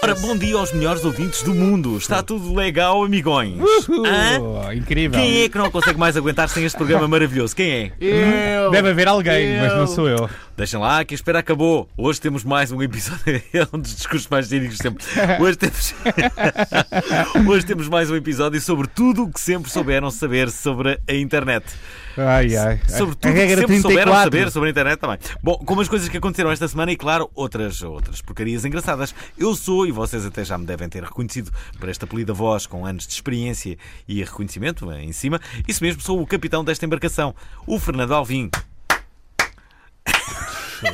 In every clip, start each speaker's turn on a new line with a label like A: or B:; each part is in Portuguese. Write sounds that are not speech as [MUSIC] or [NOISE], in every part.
A: Ora, bom dia aos melhores ouvintes do mundo. Está tudo legal, amigões? Hã?
B: Oh, incrível.
A: Quem é que não consegue mais aguentar sem este programa maravilhoso? Quem é?
C: Eu!
B: Deve haver alguém, mas não
C: Eu.
B: sou eu.
A: Deixem lá que a espera acabou. Hoje temos mais um episódio. [LAUGHS] É um dos discursos mais cínicos de sempre. Hoje temos. [LAUGHS] Hoje temos mais um episódio sobre tudo o que sempre souberam saber sobre a internet.
B: Ai, ai.
A: Sobre
B: a
A: tudo o que
B: regra
A: sempre souberam
B: 34.
A: saber sobre a internet também. Bom, como as coisas que aconteceram esta semana e, claro, outras, outras porcarias engraçadas. Eu sou, e vocês até já me devem ter reconhecido por esta apelida voz com anos de experiência e reconhecimento eh, em cima, isso mesmo, sou o capitão desta embarcação, o Fernando Alvim. [LAUGHS]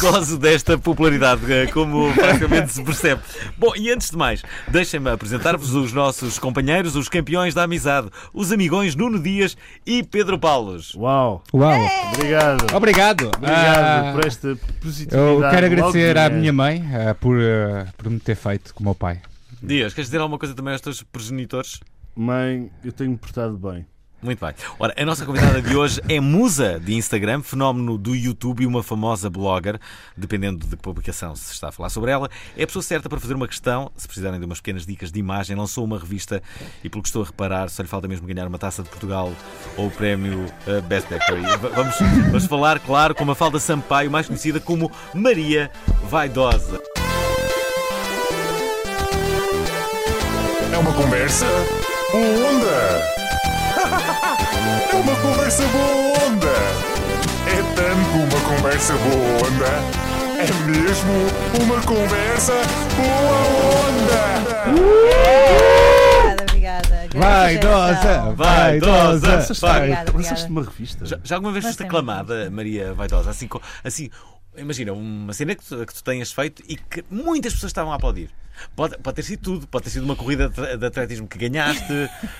A: Gozo desta popularidade, eh, como praticamente se percebe. Bom, e antes de mais, deixem-me apresentar-vos os nossos companheiros, os campeões da amizade, os amigões Nuno Dias e Pedro Paulos.
C: Uau!
B: Uau.
D: É.
C: Obrigado!
B: Obrigado.
C: Obrigado
B: Ah,
C: por esta positividade.
B: Eu quero agradecer
C: logo de
B: à
C: manhã.
B: minha mãe ah, por, ah, por me ter feito com o meu pai.
A: Dias, queres dizer alguma coisa também aos teus progenitores?
C: Mãe, eu tenho-me portado bem.
A: Muito bem. Ora, a nossa convidada de hoje é musa de Instagram, fenómeno do YouTube e uma famosa blogger, dependendo de que publicação se está a falar sobre ela. É a pessoa certa para fazer uma questão, se precisarem de umas pequenas dicas de imagem, lançou uma revista e, pelo que estou a reparar, só lhe falta mesmo ganhar uma taça de Portugal ou o prémio eh, Best Bakery. V- Vamos, vamos falar, claro, com uma falda Sampaio, mais conhecida como Maria Vaidosa.
E: É uma conversa boa onda. [LAUGHS] É uma conversa boa onda. É tanto uma conversa boa onda. É mesmo uma conversa boa onda.
D: Obrigada, obrigada. Grande
B: Vai,
D: geração.
B: idosa! Vai, idosa!
A: Vaidosa!
D: Vai.
C: Olha, Lançaste uma revista?
A: Já, já alguma vez
D: Mas
A: foste
D: é muito
A: reclamada, Maria Vaidosa? Assim, co- assim, imagina, uma cena que tu, que tu tenhas feito e que muitas pessoas estavam a aplaudir. Pode, pode ter sido tudo, pode ter sido uma corrida de de atletismo que ganhaste,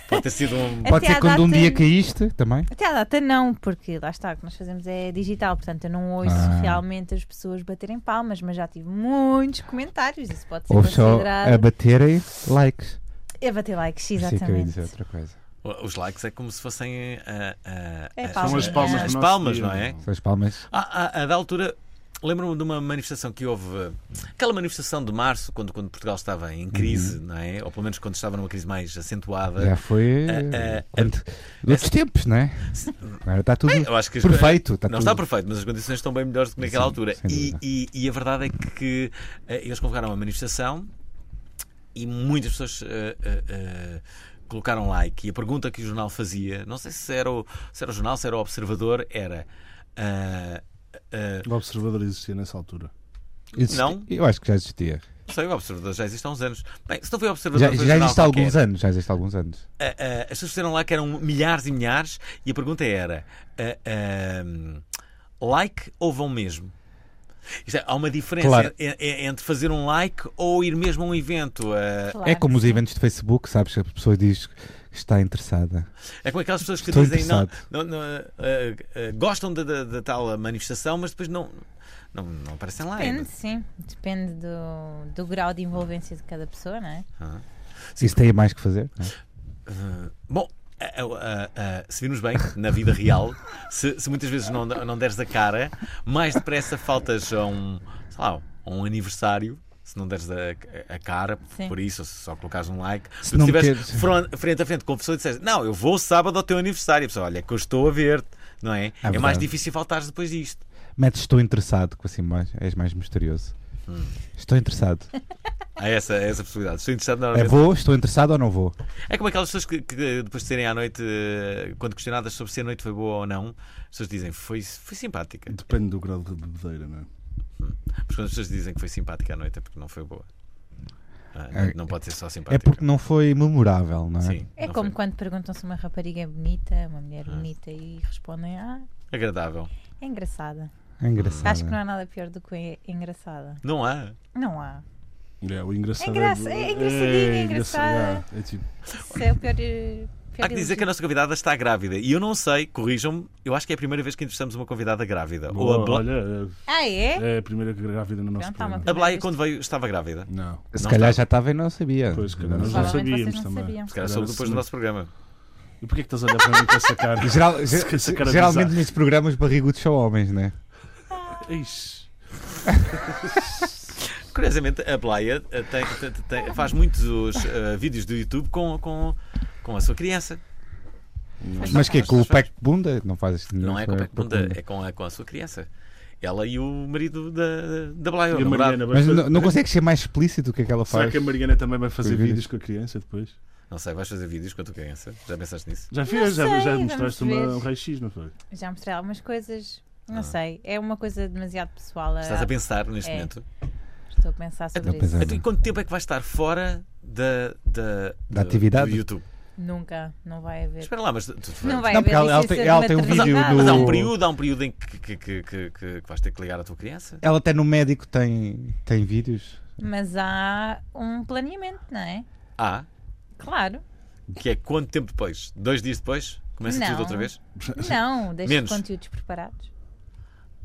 A: pode ter sido um.
B: Pode
D: Até
B: ser
D: à
B: quando um
D: data-
B: dia caíste também.
D: Até à data não, porque lá está, o que nós fazemos é digital, portanto eu não ouço
B: Ah.
D: realmente as pessoas baterem palmas, mas já tive muitos comentários, isso pode ser
B: Ou só
D: considerado.
B: a baterem likes.
D: É bater likes,
B: Sim, que eu ia dizer
D: exatamente.
B: outra coisa.
A: Os likes é como se fossem ah, ah,
D: É
A: as-
D: palmas. São as
C: palmas
A: as
C: do nosso
A: palmas,
C: dia,
A: não é?
C: não
B: São as palmas.
A: Ah, ah, ah, da altura, lembro-me de uma manifestação que houve, ah, aquela manifestação de março, quando, quando Portugal estava em crise,
C: Uhum.
A: não é? Ou pelo menos quando estava numa crise mais acentuada.
B: Já foi.
A: ah, ah,
B: Uh, outros tempos, não é? Agora está tudo
A: é, Eu acho que as-
B: perfeito. Está
A: não
B: tudo...
A: está perfeito, mas as condições estão bem melhores do que naquela
B: Sim,
A: altura.
B: sem
A: E,
B: dúvida.
A: e- e a verdade é que eh, eles convocaram uma manifestação e muitas pessoas eh, eh, eh, colocaram like. E a pergunta que o jornal fazia, não sei se era o, se era o jornal, se era o observador, era. ah, ah,
C: O observador existia nessa altura.
B: Existi-
A: Não?
B: Eu acho que já existia.
A: não sei, o observador já existe há uns anos. Bem, se não foi o observador,
B: Já,
A: foi o
B: já
A: jornal
B: existe há
A: qualquer.
B: alguns anos. Já existe há alguns anos.
A: Ah, ah, as pessoas disseram lá que eram milhares e milhares e a pergunta era ah, ah, like ou vão mesmo? Isto é, há uma diferença
B: Claro.
A: en- en- entre fazer um like ou ir mesmo a um evento. ah,
D: Claro.
B: É como os eventos de Facebook, sabes? A pessoa diz que está interessada.
A: é como aquelas pessoas que
B: Estou
A: dizem não,
B: interessado.
A: não- não, ah, ah, gostam da, da- da tal manifestação, mas depois não, não, não aparecem lá.
B: é?
D: Depende, sim. Depende do, do grau de envolvência de cada pessoa, não é?
B: Se isso tem mais que fazer, não é?
A: Ah, bom, ah, ah, ah, se virmos bem, na vida real, se, se muitas vezes não, não deres a cara, mais depressa faltas a um, sei lá, a um aniversário. Se não deres a, a cara
D: Sim.
A: por isso, ou se só colocares um like,
B: Se
A: se
B: não
A: estiveres
B: meteres-
A: fron- frente a frente com a pessoa e disseres, não, eu vou sábado ao teu aniversário, a pessoa, olha, que eu estou a ver-te, não é? É, mais
B: verdade.
A: difícil faltares depois disto.
B: Metes estou interessado, que assim mais, és mais misterioso.
A: Hum.
B: Estou interessado.
A: Há essa, essa possibilidade. Estou interessado
B: É,
A: normalmente.
B: vou, estou interessado ou não vou?
A: É como aquelas pessoas que, que depois de serem à noite, eh, quando questionadas sobre se a noite foi boa ou não, as pessoas dizem, foi, foi simpática.
C: Depende do grau de bebedeira, não é?
A: Mas quando as pessoas dizem que foi simpática à noite é porque não foi boa. Ah,
B: É-
A: não pode ser só
B: É
A: simpática.
B: porque não foi memorável, não é?
A: tipo- Sim,
D: É
A: não Ah.
D: como
A: foi.
D: quando perguntam se uma rapariga é bonita, uma mulher bonita, e respondem: Ah,
A: Agradável.
D: é engraçada.
B: É engraçado.
D: Acho que não há nada pior do que é engraçada.
A: Não há.
D: Não há.
C: É, o engraçado
D: É engraça-
C: do-
D: é engraçadinho, é engraçado.
C: É, é tipo,
D: Isso é o pior. eh, pior
A: Há que dizer
D: elogio.
A: que a nossa convidada está grávida. E eu não sei, corrijam-me, eu acho que é a primeira vez que entrevistamos uma convidada grávida. Ou a,
C: boa,
A: Bla...
C: olha,
D: Ah, é?
C: é, é a primeira grávida no nosso
D: Pronto, tá uma
C: programa.
A: a Blaia, quando veio, estava grávida.
C: Não.
A: Não
B: Se
A: tá.
B: calhar
A: estava.
B: já estava e não sabia.
C: Pois, se calhar
B: Não
C: nós
A: tá.
B: sei.
C: não
D: Provavelmente
C: sabíamos
D: vocês não
C: também.
D: sabiam.
A: Se calhar
C: Era
A: soube depois
C: assim.
A: do nosso programa.
C: E porquê é que estás a olhar para mim com essa cara?
A: [LAUGHS]
B: [LAUGHS] Geral- ge-
C: Se- se cara é de
B: geralmente
A: tá.
C: bizarro.
B: nestes programas barrigudos são homens, né?
C: Ixi.
A: Curiosamente, a Blaia eh, tem- tem- tem- faz muitos eh, vídeos do YouTube com, com, com a sua criança.
B: Mas que é
A: Faz-
B: com o
A: faz-
B: pack de bunda? Não faz isto.
A: Não é com o
B: faz
A: Pepe Bunda, é com a, com a sua criança. Ela e o marido da, da Blaia. o
C: E a
A: namorado.
C: Mariana vai
B: Mas
C: fazer-
B: não, não consegue ser mais explícito o que é que ela
C: Será
B: faz?
C: que a Mariana também vai fazer
B: Pois é.
C: vídeos com a criança depois?
A: Não sei, vais fazer vídeos com a tua criança? Já pensaste nisso?
C: Já fez, já,
D: sei,
C: já
D: vamos
C: mostraste
D: ver.
C: uma, um raio-x, não foi?
D: Já mostrei algumas coisas. Não
A: Ah.
D: sei. É uma coisa demasiado pessoal.
A: Estás a pensar neste
D: É.
A: momento?
D: Estou a pensar sobre
B: Não, pois
D: isso.
B: é.
A: Então, e quanto tempo é que vais estar fora da, da,
B: Da
A: do-
B: atividade?
A: do YouTube?
D: Nunca. Não vai haver.
A: Espera lá, mas tu, tu-
D: Não vai
B: Não, porque
D: haver.
B: ela- ela
D: licença
B: tem-
D: de
B: ela tem um vídeo
D: maternidade.
A: mas há um
B: no-
A: período, há um período em que, que, que, que, que- que vais ter que ligar à tua criança?
B: Ela até no médico tem, tem vídeos.
D: Mas há um planeamento, não é?
A: Ah,
B: [LAUGHS]
D: Claro.
A: que é quanto tempo depois? Dois dias depois? Começa
D: Não.
A: tudo outra vez?
D: Não, deixa
A: Menos.
D: os conteúdos preparados.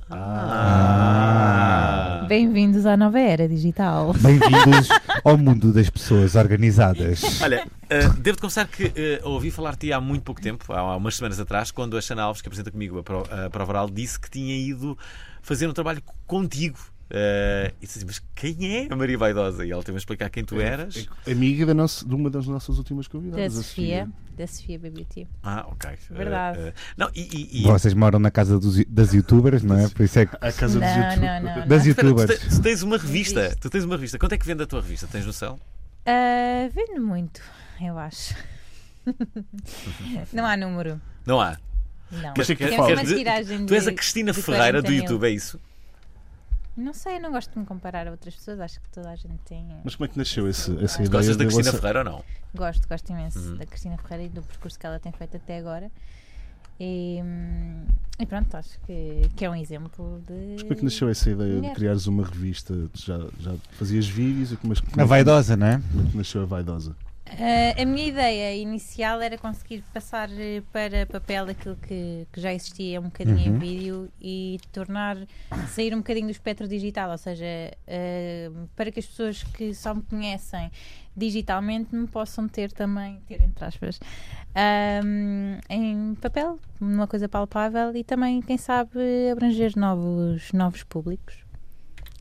A: Ah.
D: Bem-vindos à nova era digital.
B: Bem-vindos ao mundo das pessoas organizadas.
A: Olha, eh, devo-te confessar que eh, ouvi falar-te há muito pouco tempo, há há umas semanas atrás, quando a Xana Alves, que apresenta comigo a, Pro, a Prova Oral, disse que tinha ido fazer um trabalho co- contigo. Eh, e disse assim, mas quem é a Maria Vaidosa? E ela teve a explicar quem tu eras.
C: É amiga da nossa- de uma das nossas últimas
D: Da
C: convidadas. a
D: Sofia. Da Sofia Baby T.
A: Ah, ok. Eh,
D: Verdade.
A: eh, não, e- e- e-
B: Vocês moram na casa dos- das youtubers, não é? Por isso é que.
D: Ah.
C: A casa dos
D: Não,
C: YouTube.
D: não, não. não.
B: Das
A: Espera, tu,
B: youtubers.
A: te- tu tens uma revista.
D: Revista.
A: Tu tens uma revista. Quanto é que vende a tua revista? Tens noção?
D: Ah, vendo muito, eu acho. [LAUGHS] não há número.
A: Não há.
D: Não.
C: Mas é que
D: Temos
C: fala.
D: uma
A: Quer dizer,
D: tiragem
A: Tu és
D: de-
A: a Cristina
D: de
A: Ferreira do
D: 40 mil.
A: YouTube, é isso?
D: Não sei, eu não gosto de me comparar a outras pessoas. Acho que toda a gente tem. eh,
C: Mas como é que nasceu esse, essa
D: Tu
C: ideia?
A: Gostas da
C: de
A: Cristina
C: lançar-
A: Ferreira ou não?
D: Gosto, gosto imenso
A: Uhum.
D: da Cristina Ferreira e do percurso que ela tem feito até agora. E, hum, e pronto, acho que, que é um exemplo de.
C: Como é que nasceu essa ideia
D: Mulher.
C: de criares uma revista? Tu Já, já fazias vídeos, e como é, que-
B: A vaidosa, não é?
C: como é que nasceu a vaidosa?
D: Ah, a minha ideia inicial era conseguir passar eh, para papel aquilo que, que já existia um bocadinho em
B: Uhum.
D: vídeo e tornar, sair um bocadinho do espectro digital, ou seja, ah, para que as pessoas que só me conhecem digitalmente me possam ter também, ter entre aspas, ahm, em papel, numa coisa palpável e também, quem sabe, abranger novos, novos públicos.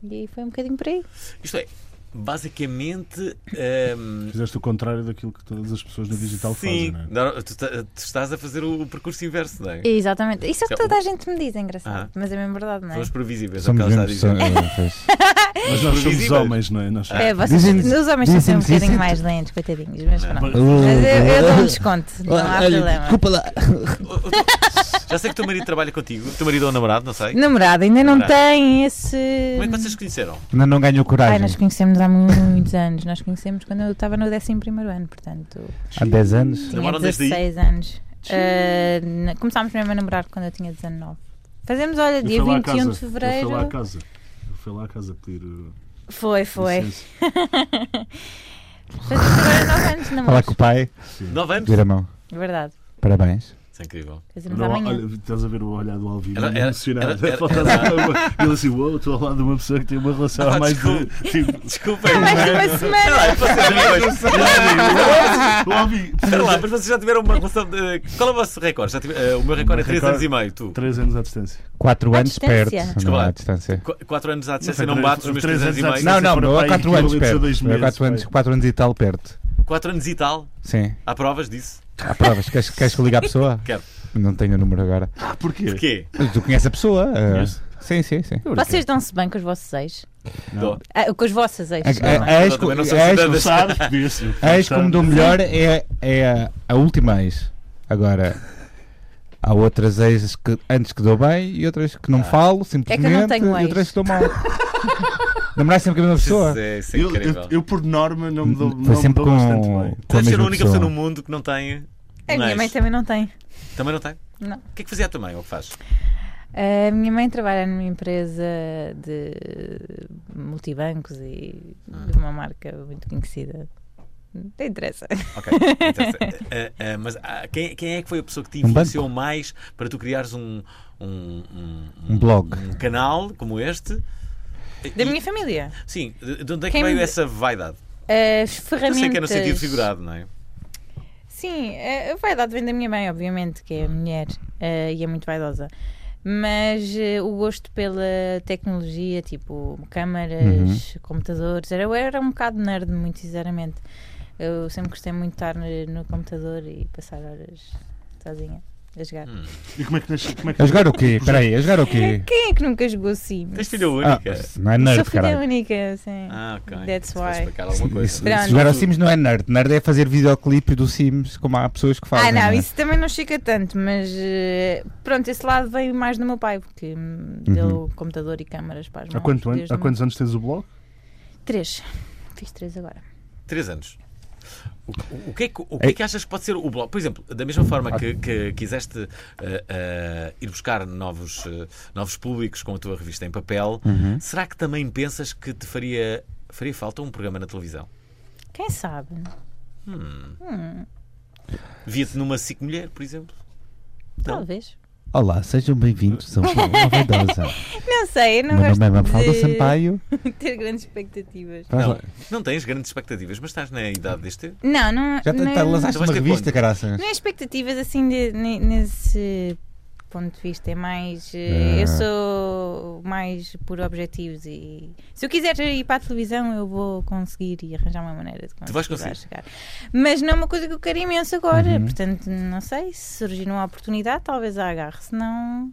D: E aí foi um bocadinho por aí.
A: Isto é, basicamente. ehm,
C: Fizeste o contrário daquilo que todas as pessoas no digital
A: sim,
C: fazem, não é?
A: não, tu, ta- tu estás a fazer o percurso inverso, não é?
D: Exatamente. Isso é o que
A: É, o-
D: toda a gente me diz, é engraçado.
A: Ah.
D: Mas é mesmo verdade, não é?
A: Somos previsíveis, é o que
B: Somos
A: ela está a
B: mesmo.
A: dizer.
B: só- pois.
C: Mas nós somos
A: Previsíveis.
C: homens, não é? Nós
A: Ah.
D: É, vocês,
B: Dizem-nos-
D: os homens são sempre um
B: dizem-nos isso.
D: bocadinho mais lentos, coitadinhos, mas
A: Não.
D: pronto. Mas eu, eu
C: Ah.
D: dou um desconto, não há problema.
B: lá.
A: Oh, oh, Já sei que o teu marido trabalha contigo, o teu marido ou namorado, não sei.
D: Namorado, ainda não
A: Namorado.
D: tem esse.
A: Como é que vocês se conheceram?
B: Ainda [LAUGHS] não ganhou
D: Ai,
B: coragem.
D: nós conhecemos há muitos anos. Nós conhecemos quando eu estava no 11 primeiro ano, portanto.
B: Há 10 anos.
D: Tinha
A: Namoram desde aí?
D: 16 anos. Ah, na- começámos mesmo a namorar quando eu tinha 19. Fazemos, olha, dia 21 de
C: Eu fui lá à
D: fevereiro.
C: casa. Eu fui lá à casa pedir uh,
D: Foi, foi.
C: licença.
D: [LAUGHS] Fazemos agora 9 anos de
B: Falar
D: namoro.
B: com o pai,
A: Nove anos?
B: pedir a mão.
D: Verdade.
B: Parabéns.
A: Isso é incrível.
D: Fazemos
C: Não,
D: amanhã.
C: olha, estás a ver o olhar do é Alvino
A: Era- era-
C: emocionado.
A: era- era-
C: Faltava- Ele assim, uou, estou ao lado de uma pessoa que tem uma relação
A: Ah,
C: há mais de.
A: desculpa.
C: [LAUGHS] Tipo,
A: Desculpa,
D: Mais de
A: é
D: uma semana.
C: o Alvino,
A: Espera lá, mas vocês já tiveram uma relação. De... Qual é o vosso recorde? Já tive- eh, o meu recorde é 3 anos
C: recorde-
A: e meio. Tu,
C: 3 anos à distância.
B: 4
D: À
B: anos
D: distância.
B: perto.
A: Desculpa
B: Não,
A: lá.
B: à distância.
A: 4 anos à distância
C: Não
A: não
C: foi
A: bates
C: três-
A: os meus 3
C: três
A: anos e
C: anos à
A: meio.
C: distância.
B: Não, não,
C: foram
B: meu,
C: para
B: há
C: aí
B: 4 anos
C: equivalentes a
B: perto.
C: dois
B: Meu, há
C: meses,
B: 4 anos,
C: pai.
B: 4 anos e tal perto.
A: 4 anos e tal.
B: Sim.
A: Há provas disso?
B: Há provas. Queres, queres que eu ligue à pessoa?
A: Quero.
B: Não tenho o número agora.
C: Ah, porquê?
A: Porquê?
B: Mas tu conheces a pessoa? ah,
C: Conheço.
B: sim, sim, sim.
D: Vocês dão-se bem com os vossos ex?
A: Dó.
D: Ah, com os vossos ex.
B: A,
D: não é?
B: a, a ex,
A: também não sou
B: a ex-
A: cidadã.
C: Não sabe? Devia ser.
B: é a ex que me deu melhor é, é a, a última ex. Agora, Há outras ex que antes que dou bem e outras que não
D: É
B: falo, simplesmente.
D: tenho
B: e
D: ex.
B: outras que dou mal. [LAUGHS] Namorar sempre com a mesma pessoa.
A: Isso é, isso é
C: Eu,
A: incrível.
C: eu, eu, por norma, não me dou,
B: Foi
C: não me
B: sempre
C: dou
B: com,
C: bastante bem.
B: com a
A: Deve ser a
B: mesma
A: única pessoa no mundo que não é tem.
D: A minha mãe
A: mães.
D: também não tem.
A: Também não tem?
D: Não.
A: O que é que fazia a tua mãe? Ou o que faz?
D: Eh, A minha mãe trabalha numa empresa de multibancos e
A: Ah.
D: de uma marca muito conhecida. Não interessa. [LAUGHS]
A: Ok. Interessa. Ah, ah, mas ah, quem, quem é que foi a pessoa que te
B: Um banco.
A: influenciou mais para tu criares um, um, um,
B: Um blog.
A: um canal como este?
D: Da
A: E-
D: minha família.
A: Sim, de de onde é que
D: Quem me
A: veio
D: de-
A: essa vaidade?
D: As
A: Eu
D: ferramentas.
A: sei que é no sentido figurado, não é?
D: Sim, a a vaidade vem da minha mãe, obviamente, que é mulher eh, e é muito vaidosa. Mas eh, o gosto pela tecnologia, tipo câmaras, computadores, era, eu era um bocado nerd, muito sinceramente. Eu sempre gostei muito de estar no, no computador e passar horas sozinha a jogar.
C: E como é que nasce? Como é que...
B: A jogar o quê? Espera aí, a jogar o
D: [LAUGHS]
B: quê?
D: Quem é que nunca jogou Sims?
A: Tens filha
B: Ah,
A: única.
B: isso não é
D: Sou
B: nerd,
D: filha
B: caralho.
D: única, sim.
A: Ah, ok.
D: That's
A: Se fosse
D: why.
A: explicar alguma coisa.
B: Isso,
D: Pronto.
B: jogar ao Sims não é nerd. Nerd é fazer videoclipes do Sims, como há pessoas que fazem.
D: Ah, não,
B: é?
D: isso também não chega tanto, mas eh, pronto, esse lado veio mais do meu pai, porque me deu computador e câmaras para as
C: Há,
D: mãos.
C: quanto an...
D: desde
C: Há
D: muito-
C: quantos anos tens o blog?
D: Três. Fiz três agora.
A: Três anos. O, o- o que é que, o que é que achas que pode ser o blog? Por exemplo, da mesma forma que, que quiseste eh, eh, ir buscar novos, eh, novos públicos com a tua revista em papel,
B: Hum. Uhum.
A: será que também pensas que te faria, faria falta um programa na televisão?
D: Quem sabe?
A: Via-te numa SIC Mulher, por exemplo?
D: Talvez.
B: Olá, sejam bem-vindos a
D: [LAUGHS]
B: uma vaidosa.
D: Não sei, eu não
B: Meu
D: gosto
B: nome é Mafalda
D: de
B: Sampaio.
D: [LAUGHS] ter grandes expectativas.
B: Faz
A: Não,
B: lá.
A: não tens grandes expectativas, mas estás na idade deste.
D: Não, não,
B: Já te-
D: não,
B: te lançaste
A: Então vais
B: uma
A: ter
B: revista,
A: quando?
B: caraças.
D: não é expectativas assim de- ne- nesse ponto de vista. É mais. eh,
B: Ah.
D: Eu sou mais por objetivos e se eu quiser ir para a televisão eu vou conseguir e arranjar uma maneira de conseguir,
A: vais
D: lá
A: conseguir.
D: chegar. Mas não é uma coisa que eu quero imenso agora.
B: Uhum.
D: Portanto, não sei, se surgir uma oportunidade, talvez a agarre, se não.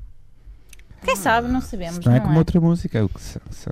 D: Quem sabe, não sabemos.
B: Ah, Não é como outra música. o que se- se-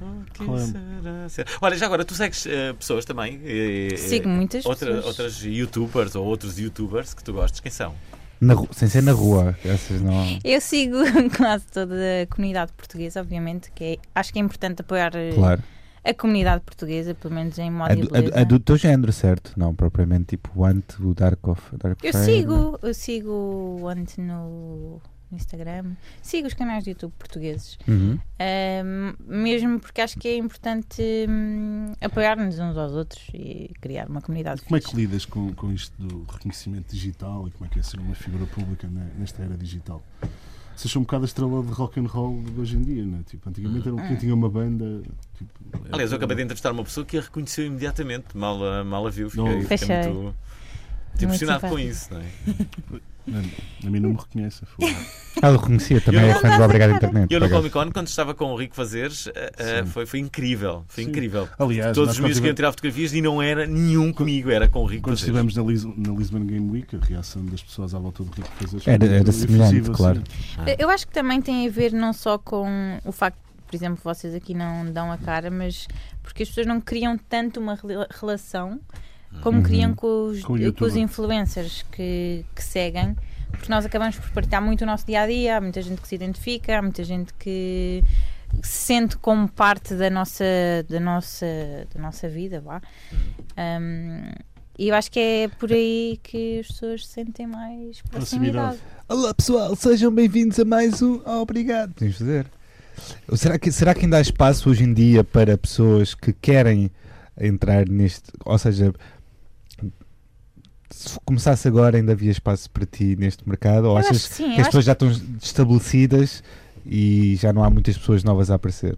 A: O que
C: Claro.
A: Ah, será, será? Olha, já agora, tu segues eh, pessoas também? eh, eh,
D: Sigo muitas
A: outra-
D: pessoas.
A: Outras youtubers ou outros youtubers que tu gostes, quem são?
B: na ru- Sem ser na rua. Essas não.
D: Eu sigo [LAUGHS] quase toda a comunidade portuguesa, obviamente, que é- acho que é importante apoiar eh,
B: Claro.
D: a comunidade portuguesa, pelo menos em moda
B: A
D: e
B: do, a do-
D: beleza.
B: a do teu género, certo? Não, propriamente tipo o Ant, o Dark of. Dark
D: Eu
B: Fire. é?
D: sigo, eu sigo o Ante no no Instagram, sigo os canais de YouTube portugueses,
B: Uhum.
D: Ahm, mesmo porque acho que é importante hum, apoiar-nos uns aos outros e criar uma comunidade.
C: Como é
D: Ah, fixe.
C: que lidas com, com isto do reconhecimento digital e como é que é ser uma figura pública ne- nesta era digital? Vocês são um bocado a estrela de rock and roll de hoje em dia, não é? Tipo,
D: Hum.
C: antigamente era quem tinha uma banda. Tipo,
A: Aliás, eu acabei de entrevistar uma pessoa que a reconheceu imediatamente, mal a, mal a viu. Fiquei,
C: Não.
A: fiquei
D: Fechei.
A: muito, muito impressionado com
D: simpático.
A: isso, não é?
C: Mano, a mim não me reconhece. foda.
A: [LAUGHS]
B: Ela reconhecia também,
A: Eu
B: é
A: não
B: fã do Obrigado Internet.
A: Eu no
B: por acaso.
A: Comic Con, quando estava com o Rico Fazeres, eh, eh, foi, foi incrível. Foi
C: Sim.
A: incrível.
C: Aliás,
A: Todos
C: nós
A: os meus
C: quando
A: que iam tirar fotografias e não era nenhum comigo, era com o Rico
C: Quando
A: Fazeres.
C: estivemos na, Lis na Lisbon Game Week, a reação das pessoas à volta do Rico fazer
B: Era- era semelhante, claro.
C: assim,
D: Eu acho que também tem a ver não só com o facto, por exemplo, vocês aqui não dão a cara, mas porque as pessoas não criam tanto uma rela- relação como criam com os,
C: Uhum. Com o
D: com os
C: youtuber.
D: influencers que, que seguem. Porque nós acabamos por partilhar muito o nosso dia a dia, há muita gente que se identifica, há muita gente que se sente como parte da nossa, da nossa, da nossa vida, vá. Ahm, e eu acho que é por aí que as pessoas se sentem mais
C: Proximidade.
D: proximidade.
B: Olá pessoal, sejam bem-vindos a mais um Ah, Obrigado. Tens de fazer. Será que, será que ainda há espaço hoje em dia para pessoas que querem entrar neste. Ou seja, se começasse agora, ainda havia espaço para ti neste mercado? Ou
D: Eu acho
B: achas
D: que sim,
B: que
D: eu
B: as
D: acho
B: pessoas já estão estabelecidas e já não há muitas pessoas novas a aparecer?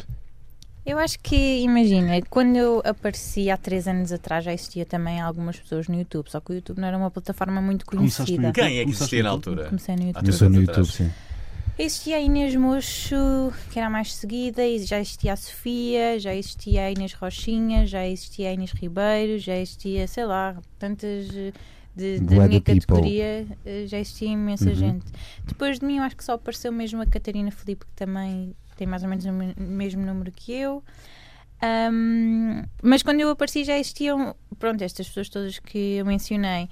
D: Eu acho que, imagina, quando eu apareci há três anos atrás já existia também algumas pessoas no YouTube, só que o YouTube não era uma plataforma muito
C: Começaste no
D: conhecida.
C: YouTube?
A: Quem é que
C: Começaste então?
A: existia na
C: no
A: altura?
D: Comecei no YouTube.
A: três
B: Começou é no
A: anos atrás.
B: YouTube, sim.
D: Existia a Inês Mocho, que era a mais seguida, e já existia a Sofia, já existia a Inês Rochinha, já existia a Inês Ribeiro, já existia, sei lá, tantas eh, de, da
B: Bué
D: minha
B: de people.
D: categoria, eh, já existia imensa gente. Depois de mim, eu acho que só apareceu mesmo a Catarina Felipe, que também tem mais ou menos o me- mesmo número que eu. Ahm, mas quando eu apareci já existiam, pronto, estas pessoas todas que eu mencionei.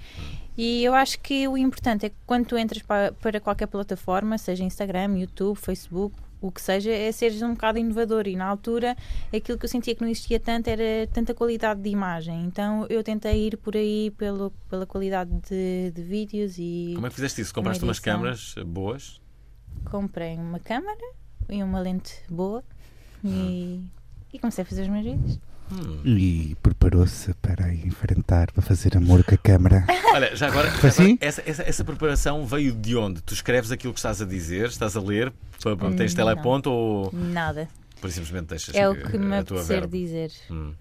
D: E eu acho que o importante é que quando tu entras para, para qualquer plataforma, seja Instagram, YouTube, Facebook, o que seja, é seres um bocado inovador. E na altura, aquilo que eu sentia que não existia tanto era tanta qualidade de imagem. Então eu tentei ir por aí pelo, pela qualidade de, de vídeos e
A: Como é que fizeste isso? Compraste
D: Uma
A: umas
D: edição.
A: câmaras
D: [LAUGHS]
A: boas?
D: comprei uma câmera e uma lente boa
A: Hum.
D: e, e comecei a fazer os meus vídeos.
B: E preparou-se para enfrentar, para fazer amor com a câmara.
A: Olha, já agora, já
B: assim?
A: agora, essa, essa, essa preparação veio de onde? Tu escreves aquilo que estás a dizer, estás a ler, pa- pa- tens
D: Hum,
A: teleponto ou
D: Nada.
A: por simplesmente deixas
D: É o
A: que
D: que me
A: a tua
D: apetecer
A: verba?
D: dizer.
A: Hum.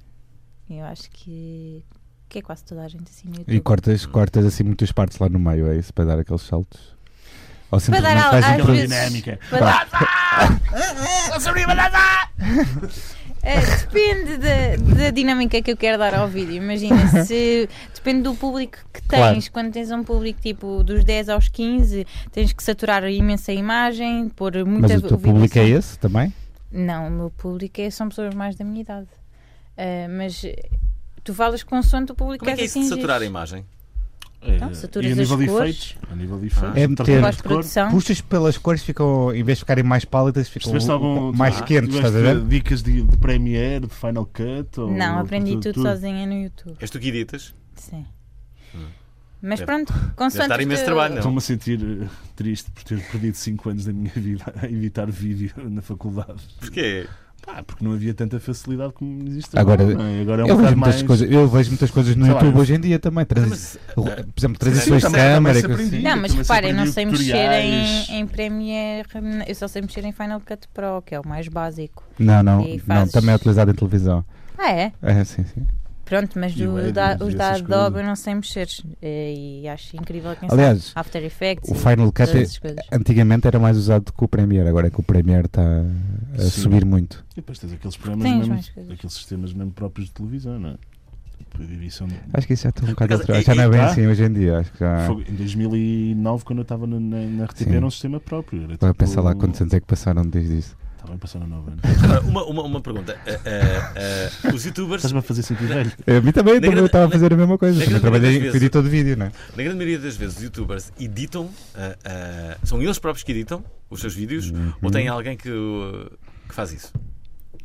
D: Eu acho que, que é quase toda a gente assim no YouTube.
B: E cortas, cortas assim muitas partes lá no meio, é isso? Para dar aqueles saltos? Ou
D: para
B: simplesmente
D: dar al-
B: faz um
D: às
B: improviso?
D: vezes,
C: dinâmica.
D: para dar- É, Depende da, da dinâmica que eu quero dar ao vídeo. Imagina, se depende do público que tens.
B: Claro.
D: Quando tens um público tipo dos 10 aos 15, tens que saturar imensa imagem, pôr muita
B: Mas o teu
D: vídeo
B: público
D: só-
B: é esse também?
D: Não, o meu público é, são pessoas mais da minha idade. Ah, mas eh, tu falas consoante o público
A: Como é que é isso de
D: atingir.
A: saturar a imagem?
D: Então, saturas
C: né? É, e a nível
D: as
C: de
D: cores.
C: efeitos? A nível de efeitos.
B: É meter-
C: tratamento de cor.
D: Pós-produção.
B: Puxas pelas cores, ficam, em vez de ficarem mais pálidas, ficam um
C: Percebeste algum-
B: mais
C: tu-
B: quentes, estás a
C: tiveste
B: ver?
C: Dicas de, de Premiere, de Final Cut? Ou,
D: Não, aprendi
C: tu-
D: tudo,
C: tu-
D: sozinha no YouTube.
A: És tu que editas?
D: Sim. Mas
A: Deve-
D: pronto, consoante.
A: dar imenso
D: tu-
A: trabalho, não?
C: Estou-me a sentir eh, triste por ter perdido 5 anos da minha vida a evitar vídeo [LAUGHS] na faculdade.
A: Porquê?
C: Pá, porque não havia tanta facilidade como existe
B: Agora-
C: agora. não é? agora é um
B: eu, vejo
C: bocado
B: muitas
C: mais.
B: coisas, eu vejo muitas coisas no
C: Sei lá,
B: YouTube
C: eu-
B: hoje em dia também. transi-
A: Mas,
B: por exemplo,
C: Sim,
B: transições de
C: também- também
B: câmara.
C: se
B: coisas
C: aprendi.
B: assim.
D: Não, mas
C: Também se
D: reparem, eu não sei
C: aprendi
D: mexer
C: tutoriais.
D: em, em Premiere, eu só sei mexer em Final Cut Pro, que é o mais básico.
B: Não, não,
D: E
B: não,
D: fazes-
B: também é utilizado em televisão.
D: Ah, é?
B: É, sim, sim.
D: Pronto, mas
C: E
D: o
C: webs
D: da-
C: e
D: os da
C: essas
D: Adobe
C: coisas.
D: eu não sei mexer. eh, E acho incrível quem sabe.
B: Aliás,
D: After Effects.
B: o
D: e
B: Final Cut
D: todas
B: é-
D: essas coisas.
B: antigamente era mais usado que o Premiere, agora é que o Premiere está a
C: Sim.
B: subir muito.
C: E depois tens aqueles programas,
D: Tens
C: mesmo,
D: mais coisas.
C: aqueles sistemas mesmo próprios de televisão, não é? Tipo, edição de-
B: Acho que isso já está um bocado
A: acaso,
B: atrás.
A: e-
B: Já não é
C: e
B: bem
C: tá?
B: assim hoje em dia. Acho que já.
C: Fogo. Em 2009, quando eu estava na, na, na RTP,
B: Sim.
C: era um sistema próprio. Era,
B: Agora
C: tipo,
B: pensa lá quantos anos é que passaram desde isso.
C: Estava a passar a 9 anos.
A: Agora, uma, uma, uma pergunta. Ah, ah, ah, os youtubers,
C: Estás-me a fazer sentir velho.
B: A mim também, também
A: grande-
B: eu estava a
A: na-
B: fazer a mesma coisa.
A: na
B: Também
A: grande
B: trabalhei
A: maioria
B: com
A: das
B: editor de vídeo, não é?
A: na grande maioria das vezes, os youtubers editam, ah, ah, são eles próprios que editam os seus vídeos ou tem alguém que, o- que faz isso?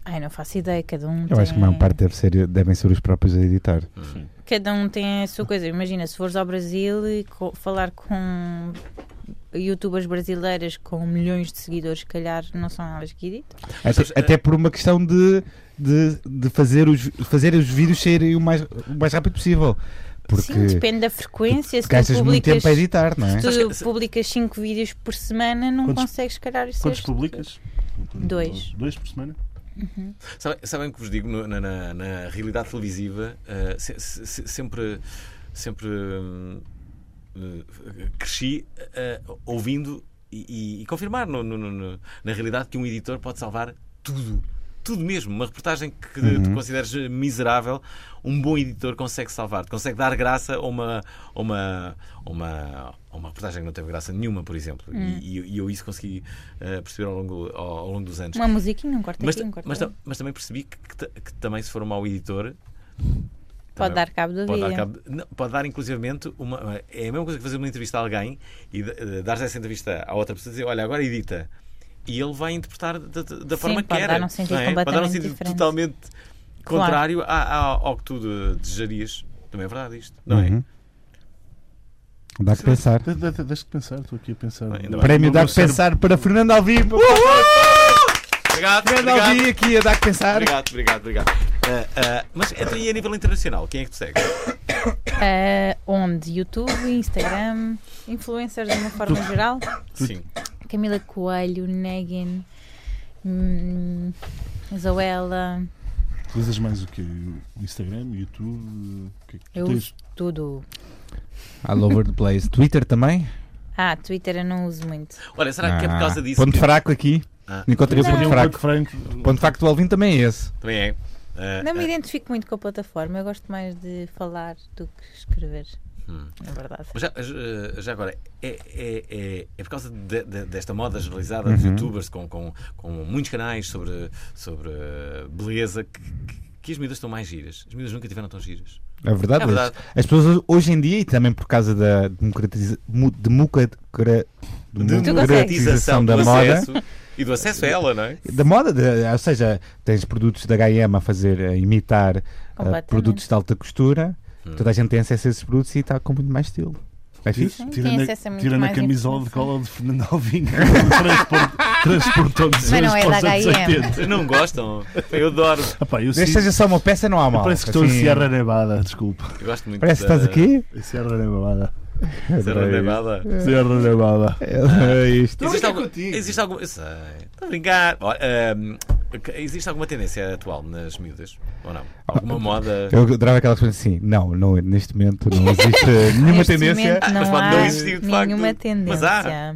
D: Ai, não faço ideia, cada um
B: Eu
D: tem...
B: acho que a maior parte deve ser, devem ser os próprios a editar.
A: Hum.
D: Cada um tem a sua coisa. Imagina, se fores ao Brasil e co- falar com youtubers brasileiras com milhões de seguidores, se calhar não são elas que editam.
B: Até,
A: eh,
B: até por uma questão de, de, de fazer, os, fazer os vídeos saírem o mais, o mais rápido possível. Porque
D: Sim, depende da frequência. Se
B: gastas
D: tu
B: muito
D: publicas,
B: tempo a editar, não é?
D: se tu publicas 5 vídeos por semana, não
C: Quantos-
D: consegues, se calhar, é ser
C: Quantos publicas?
D: Dois.
C: Dois por semana?
A: Sabem, sabem que vos digo, no- na, na- na realidade televisiva, ah, se- se- se- sempre, sempre hum, eh, cresci ah, ouvindo e, e- e confirmar no- no- no- no- na realidade que um editor pode salvar tudo. Tudo mesmo. Uma reportagem que tu consideres miserável, um bom editor consegue salvar-te, consegue dar graça a uma, a uma, a uma, a uma reportagem que não teve graça nenhuma, por exemplo. E- E, e eu isso consegui ah, perceber ao longo, ao- ao longo dos anos.
D: Uma musiquinha, um corte
A: Mas,
D: aqui, um corte
A: mas,
D: ali.
A: tam- mas também percebi que, que ta- que também se for um mau editor
D: Pode dar cabo da
A: pode
D: vida.
A: dar, cabo- não, pode dar inclusivamente uma é a mesma coisa que fazer uma entrevista a alguém e de- eh, dares essa entrevista a outra pessoa e dizer olha agora edita e ele vai interpretar da, da- da
D: Sim,
A: forma que
D: pode
A: era
D: dar um sentido
A: não é? pode dar um
D: completamente
A: sentido
D: diferente.
A: totalmente contrário a- a- ao que tu de- desejarias também é verdade isto não é
B: Uhum. Dá que pensar.
C: De- de- de- Deixa-te pensar, estou aqui a pensar.
A: Ainda bem.
B: Prémio
C: No meu
B: Dá que
C: cérebro-
B: pensar para Fernando Alvim.
A: obrigado
B: Fernando
A: obrigado
B: Alvim aqui a Dá que pensar.
A: obrigado obrigado, obrigado. Ah, ah, mas então, e a nível internacional quem é que tu segue
D: Ah, onde? YouTube, Instagram, influencers de uma forma geral.
A: sim
D: Camila Coelho, Negan, hum, Zoela,
C: Utilizas mais o quê? O Instagram, o YouTube? O que é que tu
D: Eu
C: tens?
D: uso tudo.
B: All over the place. Twitter também? Ah,
D: Ah, Twitter eu não uso muito.
A: olha será que é por causa disso
B: Ponto
A: que-
B: fraco aqui.
A: Ah.
B: Encontrei o
D: Não.
B: ponto
C: Um
B: fraco.
C: Franco. Franco.
B: Ponto fraco do Alvim também é esse.
A: também é Ah,
D: Não me
A: ah,
D: identifico muito com a plataforma, eu gosto mais de falar do que escrever.
A: Hum.
D: Na verdade.
A: Mas já, já- já agora, é, é, é, é por causa de- de- desta moda generalizada
B: Uhum.
A: de youtubers com, com, com muitos canais sobre, sobre eh, beleza que, que- que as miúdas estão mais giras. As miúdas nunca tiveram tão giras.
B: É verdade,
A: É verdade.
B: mas As pessoas hoje em dia, e também por causa da democratiza- mu- democra- democratização da
A: do
B: moda,
A: acesso e do acesso a ela, não é?
B: da moda, de- ou seja, tens produtos da H&M a fazer, a imitar ah,
D: Completamente.
B: produtos de alta costura,
A: Hum.
B: toda a gente tem acesso a esses produtos e está com muito mais estilo. É fixe?
D: Sim,
C: Tira
D: tem
C: na,
D: acesso a muito
C: tira na
D: mais
C: camisola de
D: informação.
C: cola de Fernando Alvim. [LAUGHS] Transportou de
D: Mas não é da H&M.
A: Não gostam? Eu adoro.
C: eu
B: Desde
C: sinto-
B: que seja assim, só uma peça, não há mal.
C: Parece que estou
B: Assim,
C: em Sierra Nevada, desculpa.
A: Eu gosto muito
B: Parece que
A: da-
B: estás aqui?
C: Em Sierra Nevada.
A: Serra Nevada.
D: É.
C: Sierra Nevada.
B: É isto.
A: é Existe,
C: brincar
A: algum-
C: contigo.
A: existe alguma. Eu sei. Estou a brincar. Olha, ahm, existe alguma tendência atual nas miúdas? Ou não?
B: Ah,
A: Alguma moda.
B: Eu adorava aquela resposta assim, não, não, neste momento não existe nenhuma
D: [LAUGHS] Neste
B: tendência.
D: momento
A: Ah, Mas
D: Não
A: pode
D: há
A: não existir, de facto.
D: nenhuma
A: Mas
D: tendência.
A: há.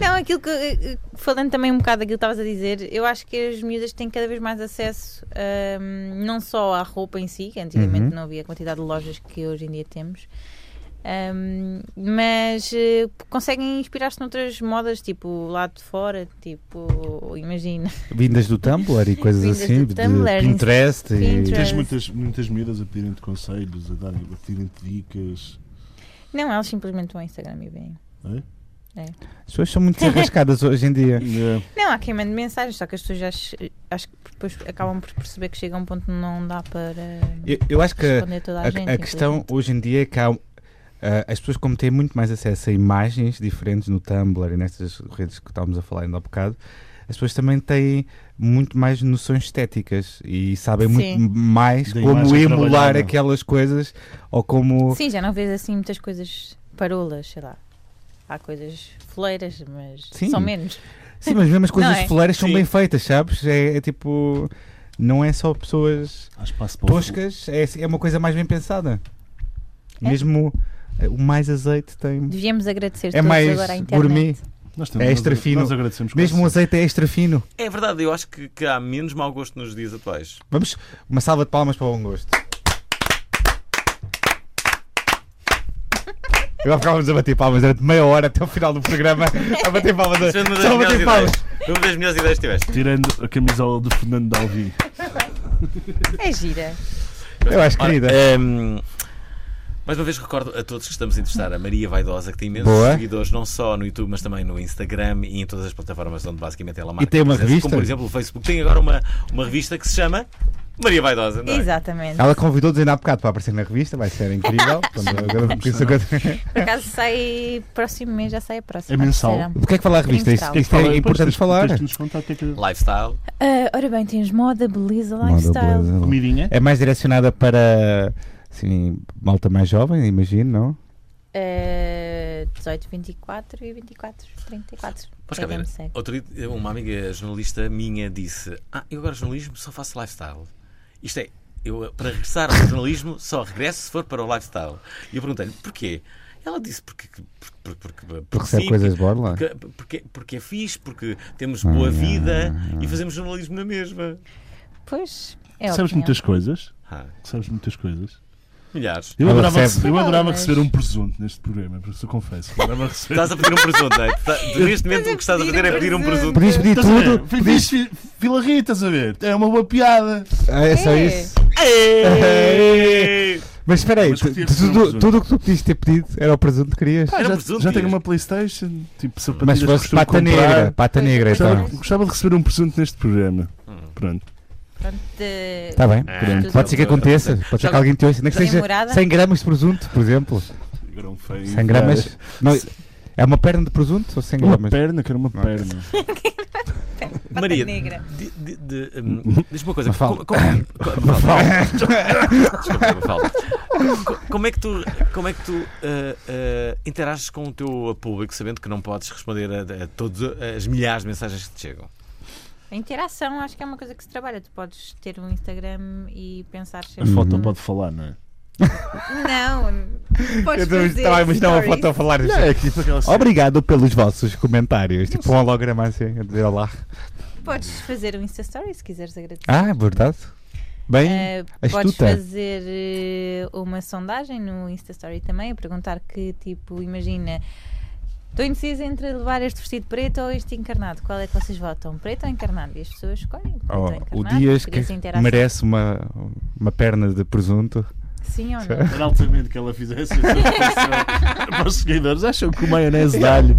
D: Não, aquilo que. eh, Falando também um bocado daquilo que estavas a dizer, eu acho que as miúdas têm cada vez mais acesso ahm, não só à roupa em si, que antigamente
B: Uhum.
D: não havia a quantidade de lojas que hoje em dia temos, ahm, mas eh, conseguem inspirar-se noutras modas, tipo lá de fora, tipo, imagina.
B: Vindas do Tumblr e coisas
D: Vindas
B: assim,
D: do
B: de
D: Tumblr,
B: Pinterest,
D: Pinterest.
C: Tens muitas, muitas miúdas a pedirem-te conselhos, a, darem- a pedirem-te dicas.
D: Não, elas simplesmente vão ao Instagram e veem.
B: e as pessoas são muito desenrascadas hoje em dia.
C: É,
D: Não, há quem mande mensagens, só que as pessoas já che- acho que depois acabam por perceber que chega a um ponto que não dá para
B: Eu, eu acho que
D: responder toda a,
B: a,
D: gente.
B: a questão
D: infelizmente.
B: hoje em dia é que há, ah, as pessoas como têm muito mais acesso a imagens diferentes no Tumblr e nestas redes que estávamos a falar ainda há bocado, as pessoas também têm muito mais noções estéticas e sabem
D: Sim.
B: muito mais
C: Da
B: como
C: imagem
B: emular
C: trabalhada.
B: aquelas coisas ou como...
D: Sim, já não vês assim muitas coisas parolas, sei lá. Há coisas foleiras, mas
B: Sim.
D: são menos.
B: Sim, mas mesmo as coisas
D: Não é?
B: foleiras são
A: Sim.
B: bem feitas, sabes? É, é tipo... Não é só pessoas
C: há espaço para o-
B: toscas, é, é uma coisa mais bem pensada.
D: É.
B: Mesmo eh, o mais azeite tem...
D: Devíamos agradecer
B: É
D: todos
B: mais
D: agora à internet.
B: gourmet.
C: Nós também,
B: É
C: nós
B: extra
C: agra-
B: fino.
C: Nós agradecemos
B: Mesmo o azeite é extra fino.
A: É verdade, eu acho que, que há menos mau gosto nos dias atuais.
B: Vamos, uma salva de palmas para o bom gosto. Agora ficávamos a bater palmas durante meia hora até o final
A: [LAUGHS]
B: do programa. A bater palmas.
A: Isso é uma das
B: [LAUGHS] Só a
A: melhores
B: bater
A: ideias.
B: palmas.
A: Foi Uma das melhores ideias que tiveste.
C: Tirando a camisola do Fernando Dalvi.
D: É gira.
B: Eu acho querida.
A: Ora, ehm, mais uma vez recordo a todos que estamos a entrevistar a Maria Vaidosa, que tem imensos
B: Boa.
A: seguidores, não só no YouTube, mas também no Instagram e em todas as plataformas onde basicamente ela marca.
B: tem uma
A: presença,
B: revista?
A: Como por exemplo o Facebook. Tem agora uma, uma revista que se chama Maria Vaidosa. Não é?
D: Exatamente.
B: Ela convidou-nos ainda há bocado para aparecer na revista, vai
A: [LAUGHS]
B: ser incrível. Quando- agora-
D: Por acaso sai próximo mês, já sai a próxima.
C: É mensal?
D: terceira.
B: Porquê é que fala a revista? Isto, isto é importante falar.
C: Então, Tens de nos contar o que é que.
A: Lifestyle.
D: Ah, ora bem, tens moda, beleza,
B: Moda,
D: lifestyle.
B: beleza.
C: Comidinha?
B: É mais direcionada para assim, malta mais jovem, imagino, não?
D: Ah, 18, 24 e É 24, 34.
A: Pois cá
D: Quem
A: ver,
D: me segue.
A: outro dia uma amiga jornalista minha disse: Ah, eu agora jornalismo só faço lifestyle. Isto é, eu para regressar ao jornalismo só regresso se for para o lifestyle. E eu perguntei-lhe porquê? Ela disse porque. Porque, porque, porque,
B: Porque recebe
A: sim,
B: coisas borla.
A: porque, porque, porque é fixe, porque temos boa vida e fazemos jornalismo na mesma.
D: Pois, é
C: Sabes
D: opinião.
C: muitas coisas?
A: Ah,
C: Sabes muitas coisas?
A: milhares.
C: Eu
B: Ela
C: adorava,
B: recebe-
C: receber, eu adorava
D: Mas-
C: receber um presunto neste programa, por isso eu confesso. Adorava receber.
A: Estás a pedir um presunto, não é? Tu tá- tu, Neste momento o que estás a fazer é pedir um presunto.
B: Podias pedir
C: [LAUGHS] Estás a ver?
B: tudo.
C: Fiz- Fiz fi- Vila Rita, estás a ver? É uma boa piada.
B: Ah, é só
D: É.
B: isso.
A: Ei!
B: Mas espera aí,
C: Mas
B: tu-
C: podia
B: tu-
C: ser um
B: tu-
C: presunto.
B: tudo o que tu podias ter pedido era o presunto que querias.
A: Era um
C: Ah, já,
A: presunto,
C: já tenho
A: dias.
C: uma Playstation, tipo
B: Mas
C: sapatilhas
B: se
C: que
B: fosse
C: costumo
B: pata
C: comprar.
B: negra, pata negra
C: Gostava,
B: então.
D: Então.
C: gostava de receber um presunto neste programa. Pronto.
D: Pronto, eh,
B: Está Tá bem.
C: É,
D: Pronto.
B: Pode ser que aconteça, pode ser que alguém te ouça, nem que
D: Tem
B: seja
D: morada?
B: 100 gramas de presunto, por exemplo.
C: Agora um feio.
B: 100 gramas. Não, é uma perna de presunto ou 100
C: Uma
B: gramas?
C: perna, quero uma
B: Não.
C: perna.
D: Pata
A: Maria,
D: negra.
A: de- de- de, hum, diz-me uma coisa.
B: Mafalda.
A: Como, como-
B: [LAUGHS]
A: co- Mafalda. Desculpa, Mafalda. Co- Como é que tu, como é que tu ah, ah, interages com o teu público sabendo que não podes responder a, a todas as milhares de mensagens que te chegam?
D: A interação acho que é uma coisa que se trabalha. Tu podes ter um Instagram e pensar
C: A
D: sempre.
C: foto pode falar, não é?
B: [LAUGHS]
D: Não, podes
C: Então,
D: fazer
B: a imaginar uma foto a
D: stories.
B: falar.
C: tá Não, é aqui para aquela cena.
B: Obrigado pelos vossos comentários. Tipo um holograma assim, a dizer olá.
D: Podes fazer um Insta Story se quiseres agradecer.
B: Ah, é verdade. Bem,
D: Eh,
B: astuta.
D: podes fazer eh, uma sondagem no Insta Story também a perguntar que tipo, imagina. Estou indecisa entre levar este vestido preto ou este encarnado. Qual é que vocês votam? Preto ou encarnado? E as
B: Oh,
D: pessoas escolhem. Preto
B: ó,
D: ou encarnado.
B: o Dias que
D: Cria-se interação.
B: merece uma, uma perna de presunto.
D: Sim ou
B: [LAUGHS]
D: não?
C: Era altamente que ela fizesse essa reflexão para os seguidores. Acham que o maionese dá-lhe.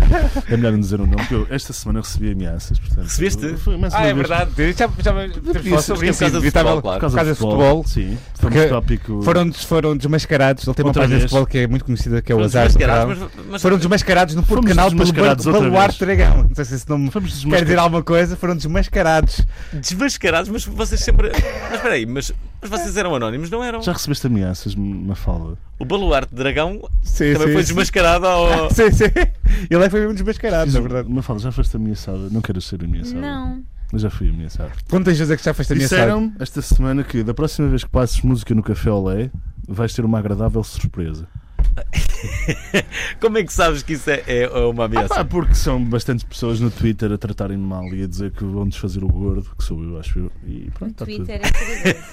C: É melhor não dizer o nome, porque eu esta semana recebi ameaças. Portanto,
A: Recebeste?
C: Foi mais
B: Ah,
C: uma
B: é
C: vez.
B: verdade. Já, já temos falado sobre
A: Por
B: isso.
A: causa do
B: Evitava-
A: futebol, claro.
B: Por causa do futebol.
C: Sim,
B: Porque
C: foi um tópico.
B: Foram, des- foram desmascarados. Ele tem uma
C: Outra
B: página de
C: vez.
B: futebol que é muito conhecida, que é o
A: Foram
B: Azar.
A: desmascarados,
B: Central.
A: mas- mas-
B: Foram desmascarados no
C: Fomos
B: Fomos canal pelo
C: desmascarados
B: Bar-
C: outra
B: Baluarte
C: vez.
B: Dragão. Não sei se esse nome
C: Fomos
B: quer dizer
C: desmascar-
B: alguma coisa. Foram desmascarados.
A: Desmascarados, mas vocês sempre. Mas espera aí, mas, mas vocês eram anónimos, não eram?
C: Já recebeste ameaças, Mafalda?
A: O baluarte de dragão
B: Sim,
A: também
B: sim,
A: foi
B: sim.
A: desmascarado
B: [LAUGHS]
A: ao.
B: Sim, sim. Ele é que foi mesmo desmascarado, na verdade.
C: Mafalda, já foste ameaçada? Não quero ser ameaçada.
D: Não.
C: Mas já fui ameaçada.
B: Quantas vezes é que já foste ameaçado?
C: Disseram-me esta semana que da próxima vez que passes música no Café Olé, vais ter uma agradável surpresa.
A: Como é que sabes que isso é, é uma ameaça?
C: Ah, porque são bastantes pessoas no Twitter a tratarem-me mal e a dizer que vão desfazer o gordo, que sou eu, acho eu. E pronto,
D: No
B: tá
C: está
D: Twitter é perigoso.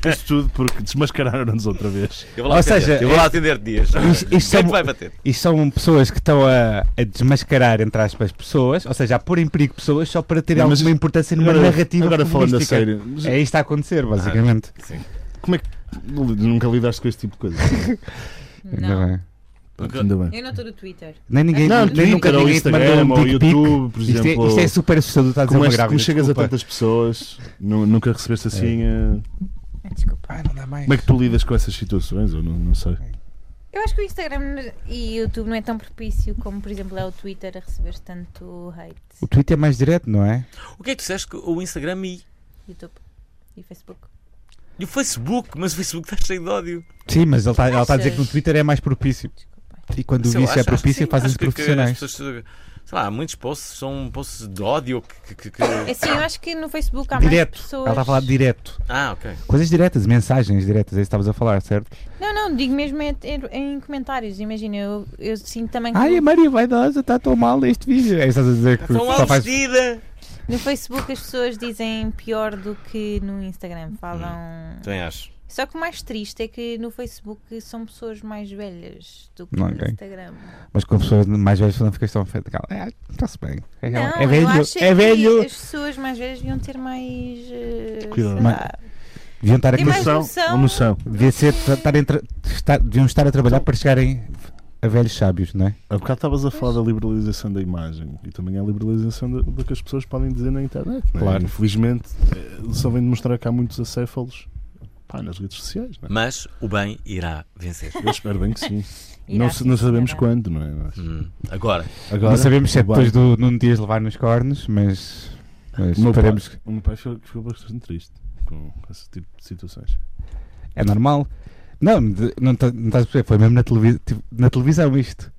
C: tudo. Isto tudo porque desmascararam-nos outra vez.
A: eu vou lá
B: Ou
A: atender.
B: seja,
A: eu vou lá
B: é-
A: atender dias.
B: Isto- isto
A: Quem
B: é
A: é que
B: mo-
A: vai bater?
B: E são pessoas que estão a, a desmascarar, entre aspas, pessoas, ou seja, a pôr em perigo pessoas só para terem
C: Não, mas
B: alguma importância numa
C: agora-
B: narrativa.
C: agora falando a
B: futebolística.
C: sério, mas-
B: É isto a acontecer, basicamente.
D: Ah.
C: Como é que. Nunca lidaste com este tipo de coisa?
B: Ainda
D: Não.
B: bem.
C: Pronto, ainda bem.
D: Eu não estou no Twitter.
B: Nem ninguém,
C: Não,
B: nem nunca
C: Twitter ou
B: ninguém te mandou
C: Instagram
B: um
C: ou
B: dick pic.
C: YouTube, por
B: Isto é,
C: exemplo.
B: isto é super assustador, está a dizer
C: Como,
B: uma
C: és-
B: grávida.
C: como chegas
B: desculpa. É.
C: a tantas pessoas, nu- nunca recebeste assim. eh,
D: Ah, Desculpa.
B: Ah, não dá mais.
C: Como é que tu lidas com essas situações? Eu não, não sei.
D: Eu acho que o Instagram e o YouTube não é tão propício como, por exemplo, é o Twitter a receber tanto hate.
B: O Twitter é mais direto, não é?
A: O que é que tu disseste que o Instagram e,
D: YouTube e Facebook.
A: e o Facebook? Mas o Facebook está cheio de ódio.
B: Sim, mas ele está a dizer que no
D: Achas?
B: Twitter é mais propício.
D: Desculpa.
B: E quando o
A: Sei lá,
B: vício é
A: acho- acho que
B: propício,
A: sim,
B: fazem-se
A: acho que- que as
B: profissionais.
A: pessoas, sei lá, muitos posts são posts de ódio. Que, que- que-
D: É Assim, eu acho que no Facebook há
B: Direto.
D: mais pessoas.
B: Ela está a falar direto.
A: Ah, ok.
B: Coisas diretas, mensagens diretas, é isso que estavas a falar, certo?
D: Não, não, digo mesmo em, em- em comentários. Imagina, eu, eu sinto também que
B: Ai, a
D: no,
B: Maria vaidosa, está tão mal este vídeo. É isso que estás a dizer que
A: Estão
B: só
A: lá
B: faz.
A: vestida.
D: no Facebook as pessoas dizem pior do que no Instagram.
B: Hum,
D: Falam.
A: Também acho.
D: Só que o mais triste é que no Facebook são pessoas mais velhas do que
B: Não,
D: no
B: ok.
D: Instagram.
B: Mas com pessoas mais velhas não ficas tão afetada. Ah, está-se bem. É,
D: Não,
B: é velho,
D: eu acho
B: é
D: que
B: velho.
D: As pessoas mais velhas deviam ter mais. eh,
C: Cuidado.
D: sei
B: Mas-
D: lá.
B: Deviam estar a
D: Tem mais
B: crescer.
D: noção?
C: Ou noção.
B: Devia ser, estar entre, estar, deviam estar a trabalhar para chegarem a velhos sábios, não é?
C: Há bocado estavas a falar da liberalização da imagem e também a liberalização da- do que as pessoas podem dizer na internet. não é?
B: Claro.
C: Infelizmente, eh, só vem demonstrar que há muitos acéfalos pá, nas redes sociais. Não é?
A: Mas o bem irá
B: [LAUGHS]
A: vencer.
C: Eu espero bem que sim.
D: Irá,
C: não, se- não
D: sim,
C: sabemos
D: senhora.
C: quando, não é? Mas
A: Hum, Agora,
C: Agora,
B: não sabemos se é
C: o bar-
B: depois do Nuno Dias levar nos cornos, mas, mas
C: o meu pai-
B: esperemos que
C: O meu pai ficou, ficou bastante triste com com esse tipo de situações.
B: é normal. Não, de- não, tá- não estás a perceber, foi mesmo na, televi tive- na televisão isto.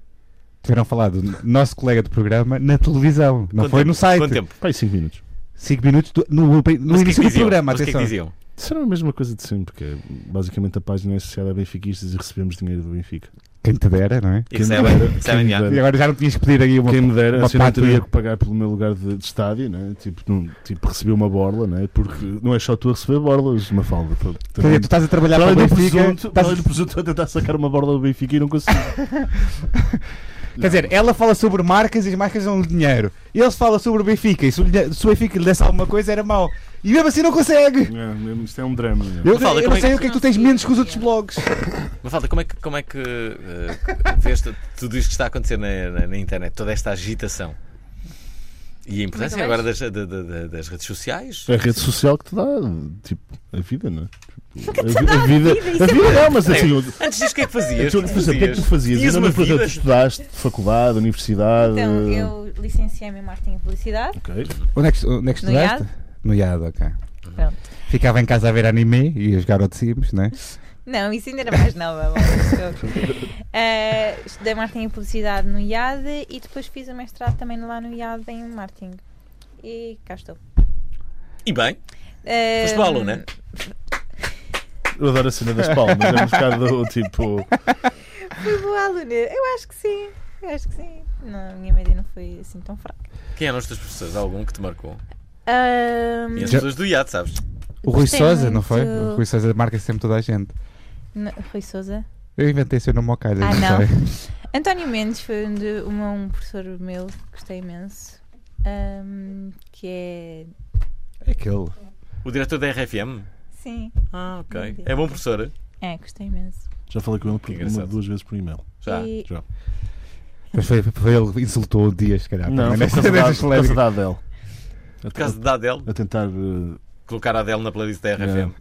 B: Tiveram falado do nosso colega do programa na televisão, não
A: quanto
B: foi
A: tempo?
B: no
A: Quanto
B: site.
A: tempo?
C: Pai, 5 minutos.
B: 5 minutos do- no,
A: Mas o
B: no
A: que é que
B: início do
A: diziam?
B: programa,
A: Mas o que é que
B: atenção.
A: diziam?
C: Será a mesma coisa de sempre, que é, basicamente a página é associada a benfiquistas e recebemos dinheiro do Benfica.
B: Quem te dera, não é?
A: E
C: Quem me
A: recebem-
C: dera,
A: recebem
C: quem me
A: dinheiro.
B: E
C: dera.
B: agora já não tinhas que pedir aí uma.
C: Quem me dera,
B: uma
C: assim não teria
B: pátria.
C: que pagar pelo meu lugar de, de estádio, né? tipo, não, tipo, recebi uma borla, né? porque não é só tu a receber borlas, uma falda.
B: Quer dizer, tu estás a trabalhar
C: Para
B: para o
C: além do
B: Benfica.
C: presunto, para
B: estás-
C: além do presunto, estou a tentar sacar uma borla do Benfica e não consigo.
B: [LAUGHS] Quer dizer, ela fala sobre marcas e as marcas dão dinheiro. Ele fala sobre o Benfica e se o, dinhe- se o Benfica lhe desse alguma coisa era mau. E mesmo assim não consegue.
C: É, mesmo, isto é um drama. né?
B: Eu,
A: Fala, como
B: eu não
A: é
B: sei
A: que-
B: o que é que tu tens menos que os outros blogs.
A: Mas falta, como é que, como é que eh, vês t- tudo isto que está a acontecer na, na- na internet, toda esta agitação? E a importância
D: Muito
A: agora das, da- da- da- das redes sociais?
C: É a rede social que te dá, tipo, a vida, não é? A, vi-
D: dá a
C: vida,
D: vida,
C: a vida não, mas assim, o-
A: Antes disso, o que é que fazias?
C: tu, por exemplo, o que é que tu fazias?
A: Tinhas
C: Eu não
A: uma
C: me pergunto,
A: vida?
C: tu estudaste faculdade, universidade.
D: Então, eu licenciei-me em Marketing e Publicidade.
C: Ok.
B: Onde é que, onde é que
D: No
B: estudaste? No IAD, ok.
D: Pronto.
B: Ficava em casa a ver anime e a jogar ao de Sims, né?
D: Não, isso ainda era mais nova. mas eu-
B: [LAUGHS]
D: Eh, estudei marketing e publicidade no IAD e depois fiz o mestrado também lá no IAD em marketing. E cá estou.
A: E bem,
D: Eh,
A: foste boa aluna. né?
C: Eu adoro a cena das palmas, é um bocado tipo.
D: Ehm, Fui boa aluna. Eu acho que sim. Eu acho que sim. Não, a minha média não foi assim tão fraca.
A: Quem eram os teus professores? Algum que te marcou?
D: Ahm,
A: E as
B: Já-
A: pessoas do IAD, sabes?
B: O Rui
D: Gostei
B: Souza, não
D: muito.
B: foi? O Rui Souza marca sempre toda a gente.
D: n- Rui Souza.
B: Eu inventei seu nome ao calho,
D: Ah,
B: não,
D: não.
B: sei.
D: António Mendes foi um, de, uma- um professor meu que gostei imenso. Ahm, que é.
B: É aquele.
A: O diretor da RFM?
D: Sim.
A: Ah, ok. É bom professor?
D: É, gostei imenso.
C: Já falei com ele por uma,
A: Engraçado.
C: duas vezes por e-mail.
A: Já.
D: E-
B: Mas foi, foi ele que insultou o Dias, se
A: Ah,
B: calhar.
C: Não,
B: também,
C: foi [LAUGHS] por causa da-
B: nessas
C: por causa
B: polémicas.
C: da Adele.
A: Por causa da Adele,
C: A tentar. eh,
A: colocar a Adele na playlist da
C: Yeah. [LAUGHS]
A: RFM.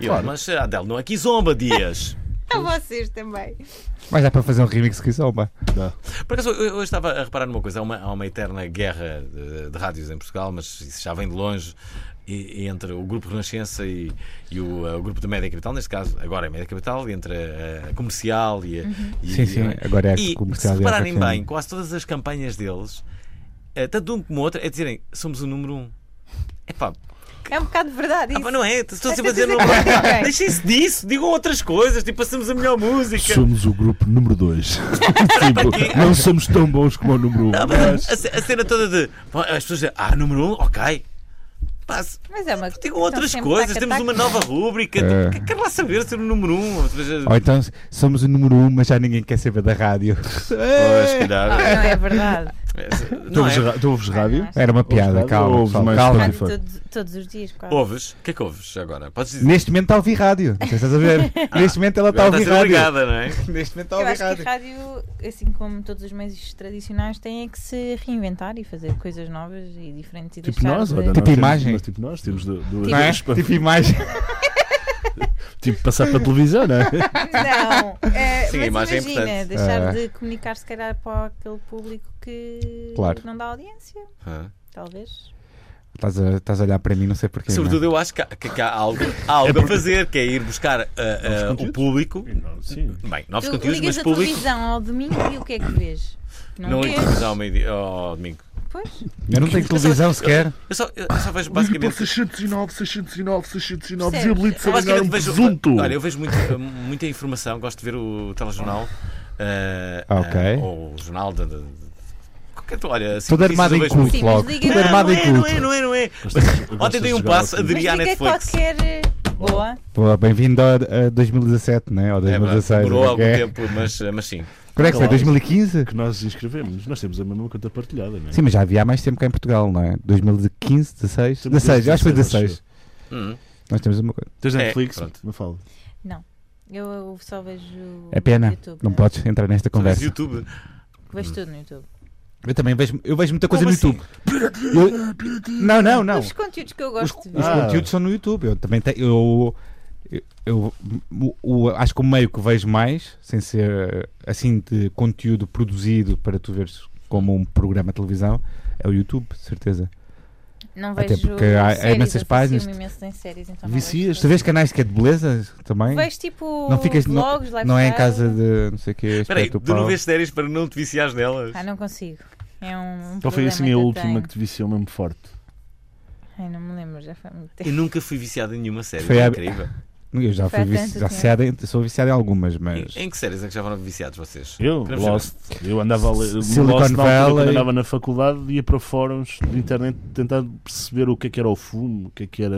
A: E eu, mas a Adele não é que zomba, Dias.
D: A vocês também.
B: Mas dá para fazer um remix que só, pá.
A: Por acaso, eu, eu estava a reparar numa coisa. Há uma, há uma eterna guerra de, de rádios em Portugal, mas isso já vem de longe. E, e entre o Grupo Renascença e, e o, eh, o Grupo da Média Capital, neste caso, agora é a Média Capital, entre eh, a, a comercial e a.
D: Uhum.
A: e-
B: Sim, sim, agora é
A: e,
B: comercial
A: Se
B: e é
A: repararem
B: RFM.
A: bem, quase todas as campanhas deles, eh, tanto um como outro, é dizerem somos o número um. É pá,
D: É um bocado de verdade.
A: Ah,
D: Isso.
A: pá, não é? Estou sempre a
D: Essa
A: dizer.
D: coisa que eu
A: não- [LAUGHS]
D: tenho.
A: Deixem-se disso, digam outras coisas, tipo, passamos a melhor música.
C: Somos o grupo número 2. não somos tão bons como o número 1. Um,
A: Ah,
C: mas...
A: mas a, ce- a cena toda de. pá, As pessoas dizem, ah, número um, ok. Passo.
D: Mas é uma
A: Digam outras
D: então, sempre
A: coisas,
D: tac-tac.
A: temos uma nova rúbrica.
B: É.
A: tipo, que- Quero lá saber ser o número um. Ou seja,
B: Ou então somos o número um, mas já ninguém quer saber da rádio.
A: Pois, se
D: Ah,
A: calhar.
D: Não é verdade.
A: É,
C: Tu
A: Não
C: ouves,
A: é?
C: ra- tu ouves rádio?
B: Era uma piada,
C: rádio
B: calma,
C: ou
B: pessoal,
C: mais
B: calma.
C: Spotify?
D: Quase todos, todos os dias, quase.
A: Ouves? O que é que ouves agora? Podes dizer.
B: Neste momento está a ouvir rádio. Não sei se estás a ver. Neste momento ela está a
A: Agora
B: ouvir
A: estás
B: rádio.
A: obrigada, não é?
B: [LAUGHS] Neste momento está a
D: Eu
B: ouvir
D: acho que
B: rádio.
D: a rádio, assim como todos os meios tradicionais, tem é que se reinventar e fazer coisas novas e diferentes. E
C: Tipo
D: deixar
C: nós,
D: de-
C: olha,
B: Tipo
C: nós temos-
B: imagem.
C: nós, tipo nós, temos du- duas
B: Não é?
C: tipo,
B: Tipo imagem.
C: tipo passar para a televisão,
A: [LAUGHS]
C: não é?
D: Não, é,
A: Sim, a imagem é
D: mas imagina,
A: importante.
D: deixar
B: Ah.
D: de comunicar se calhar para aquele público que
B: Claro.
D: não dá audiência,
A: Ah.
D: talvez.
B: Estás a, estás a olhar para mim, não é? sei porquê.
A: Sobretudo, eu acho que há, que- que há algo, há algo a fazer, que é ir buscar ah, ah, o
C: conteúdos.
A: público.
C: Não, sim.
A: Bem, novos
D: tu
A: conteúdos,
D: ligas
A: mas
D: a
A: público.
D: televisão ao domingo e o que é que vês?
A: Não ligo
D: vês?
A: televisão ao meio-dia, ao domingo. [LAUGHS]
D: Pois,
B: não é? Eu não tenho televisão sequer.
A: Eu só, eu só vejo basicamente.
C: 609, 609, 609,
D: Percebes? desabilite-se
A: Eu basicamente vejo, olha, eu vejo muito, muita informação, gosto de ver o telejornal. eh,
B: Ah, ok.
A: eh, ou o jornal de. de- de- qualquer- olha, assim,
B: Tudo
A: notícias
B: armado
A: eu
B: em
A: vejo
B: culto
A: muito.
D: Sim, mas
B: logo.
D: liga-
B: Tudo
D: Ah,
B: armado
A: não
B: em
A: é, não
B: culto.
A: é, não é, não é. [LAUGHS] Ontem dei um passo,
D: mas
A: aderi à
D: liga
A: Netflix.
D: qualquer. eh, Boa.
B: Pô, Bem-vindo a, a 2017, né? Ou
A: É,
B: 2016.
A: demorou
B: o que
A: algum
B: é.
A: tempo, mas, eh, mas sim.
B: Quando é que foi?
C: Claro.
B: 2015?
C: Que nós inscrevemos, nós temos a mesma conta partilhada, não é?
B: Sim, mas já havia há mais tempo cá em Portugal, não é? 2015, 16?
C: Temos
B: 16, eu acho que foi
C: 16,
B: 16.
A: Hum.
B: Nós temos uma coisa.
C: Tens
A: É,
C: Netflix?
A: pronto.
C: Não falo.
D: Eu, eu só vejo.
B: É pena.
D: no YouTube,
B: Não
D: é.
B: podes entrar nesta
A: Só vejo
B: conversa.
A: YouTube.
D: Vejo tudo no YouTube.
B: Eu também vejo, eu vejo muita coisa
A: Como
B: no
A: assim?
B: YouTube. Eu- Não, não, não.
D: Os conteúdos que eu
B: Os,
D: gosto de ver.
B: os
C: Ah.
B: conteúdos são no YouTube. Eu também tenho. Eu, eu, eu- o- o- acho que o meio que vejo mais, sem ser assim de conteúdo produzido para tu veres como um programa de televisão, é o YouTube, de certeza.
D: Não
B: Até
D: vejo.
B: porque há- há
D: séries,
B: imensas
D: associo-me
B: páginas.
D: imenso em séries, então não vejo
C: Vicias?
B: Tu vês canais que é de beleza também?
D: Vejo tipo
B: Não ficas- não-
D: vlogs, live
B: Não é em casa de não sei o que.
A: Peraí, tu não vês séries para não te viciares nelas.
D: Ah, não consigo. É
A: Então
D: um. um
C: Qual foi
D: problema
C: assim
D: que
C: a
D: eu
C: última
D: tenho.
C: que te viciou mesmo forte?
D: Ai, não me lembro, já foi há muito tempo.
A: Eu nunca fui viciado em nenhuma série.
B: Foi
A: é
B: a-
A: incrível.
B: Eu já fui
D: Foi há
B: vici-
D: tanto
B: já
D: tempo.
B: viciado em- sou viciado em algumas,
A: Em,
B: mas.
A: em que séries é que já foram viciados vocês?
C: Eu,
A: Queremos
C: Lost. Eu andava a ler.
B: Silicon
C: Lost, na altura,
B: Valley.
C: Quando andava na faculdade, ia para fóruns de internet tentar perceber o que é que era o fumo, o que é que era,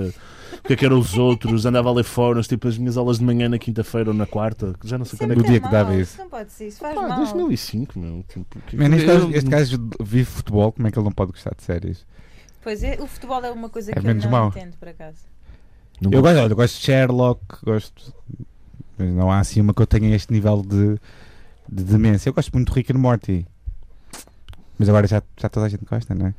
C: o que é que era os outros. Andava a ler fóruns, tipo as minhas aulas de manhã na quinta-feira ou na quarta, que já não sei
D: Isso é
C: quando é Ah,
B: No
D: muito
C: que.
B: dia que
D: mau,
B: dava isso.
D: Não pode ser, isso faz
C: Pá,
D: mal.
C: 2005, meu. Tipo, que-
B: Mas neste
C: eu-
B: caso- este gajo vive futebol, como é que ele não pode gostar de séries?
D: Pois é, o futebol é uma coisa
B: É
D: que eu
B: menos
D: não
B: mau.
D: entendo por acaso.
C: Não
B: Eu gosto, olha, gosto de Sherlock, gosto. Mas não há assim uma que eu tenha este nível de, de demência. Eu gosto muito de Rick and Morty. Mas agora já, já toda a gente gosta, não é?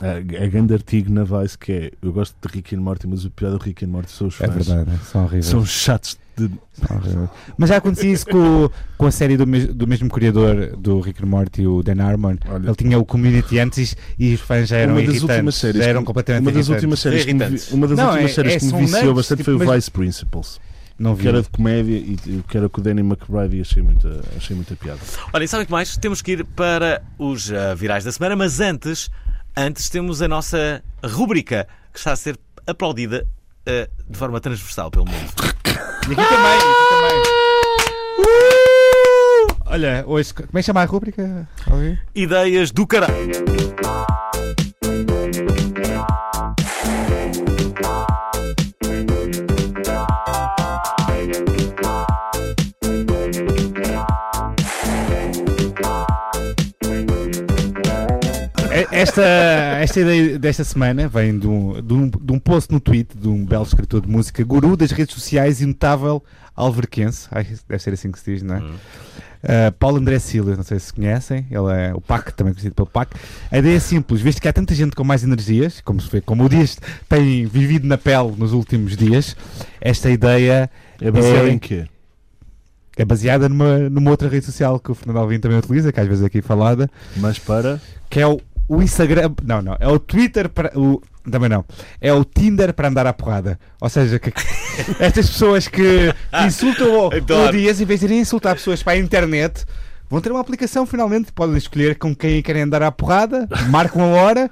C: Há há É, grande artigo na Vice que é Eu gosto de Rick and Morty, mas o pior do Rick and Morty são os
B: É
C: fãs.
B: verdade, são horríveis.
C: São chatos de.
B: são horríveis. Mas já acontecia isso com, com a série do, mes- do mesmo criador do Rick and Morty, o Dan Harmon.
C: Olha,
B: Ele tinha o community antes e os fãs já eram
C: Uma das
B: irritantes.
C: últimas séries
B: já eram
C: que-
B: completamente
C: uma das
B: irritantes.
C: últimas séries que me,
A: Irritantes.
C: vi- uma das
B: Não,
C: últimas
B: é-
C: séries
B: é-
C: que me
B: são
C: viciou
B: nerds,
C: bastante
B: tipo,
C: foi o
B: mas-
C: Vice Principals,
B: Não vi.
C: que era de comédia e e que era com o Danny McBride e achei muita, achei muita piada.
A: Olha, e sabem que mais? Temos que ir para os ah, virais da semana, mas antes, antes temos a nossa rubrica que está a ser aplaudida ah, de forma transversal pelo mundo.
B: E aqui também, e aqui também. Uh! Olha, hoje, como é que chama a rúbrica? Alguém?
A: Ideias do caralho.
B: É- esta, esta ideia desta semana vem de um, de, um, de um post no tweet de um belo escritor de música, guru das redes sociais e notável alverquense. Ai, deve ser assim que se diz, não é? Uh, Paulo André Silas, não sei se conhecem, ele é o PAC, também conhecido pelo PAC. A ideia é simples, visto que há tanta gente com mais energias, como se vê, como o Dias tem vivido na pele nos últimos dias, esta ideia
C: É baseado em quê?
B: é baseada numa, numa outra rede social que o Fernando Alvim também utiliza, que às vezes é aqui falada,
C: Mas para.
B: que é o, o Instagram. Não, não, é o Twitter para. O, também não. É o Tinder para andar à porrada. Ou seja, que, [LAUGHS] estas pessoas que insultam
C: [LAUGHS]
B: o,
A: Adoro.
B: o Dias, em vez de irem insultar pessoas para a internet, vão ter uma aplicação finalmente. Podem escolher com quem querem andar à porrada, marcam a hora.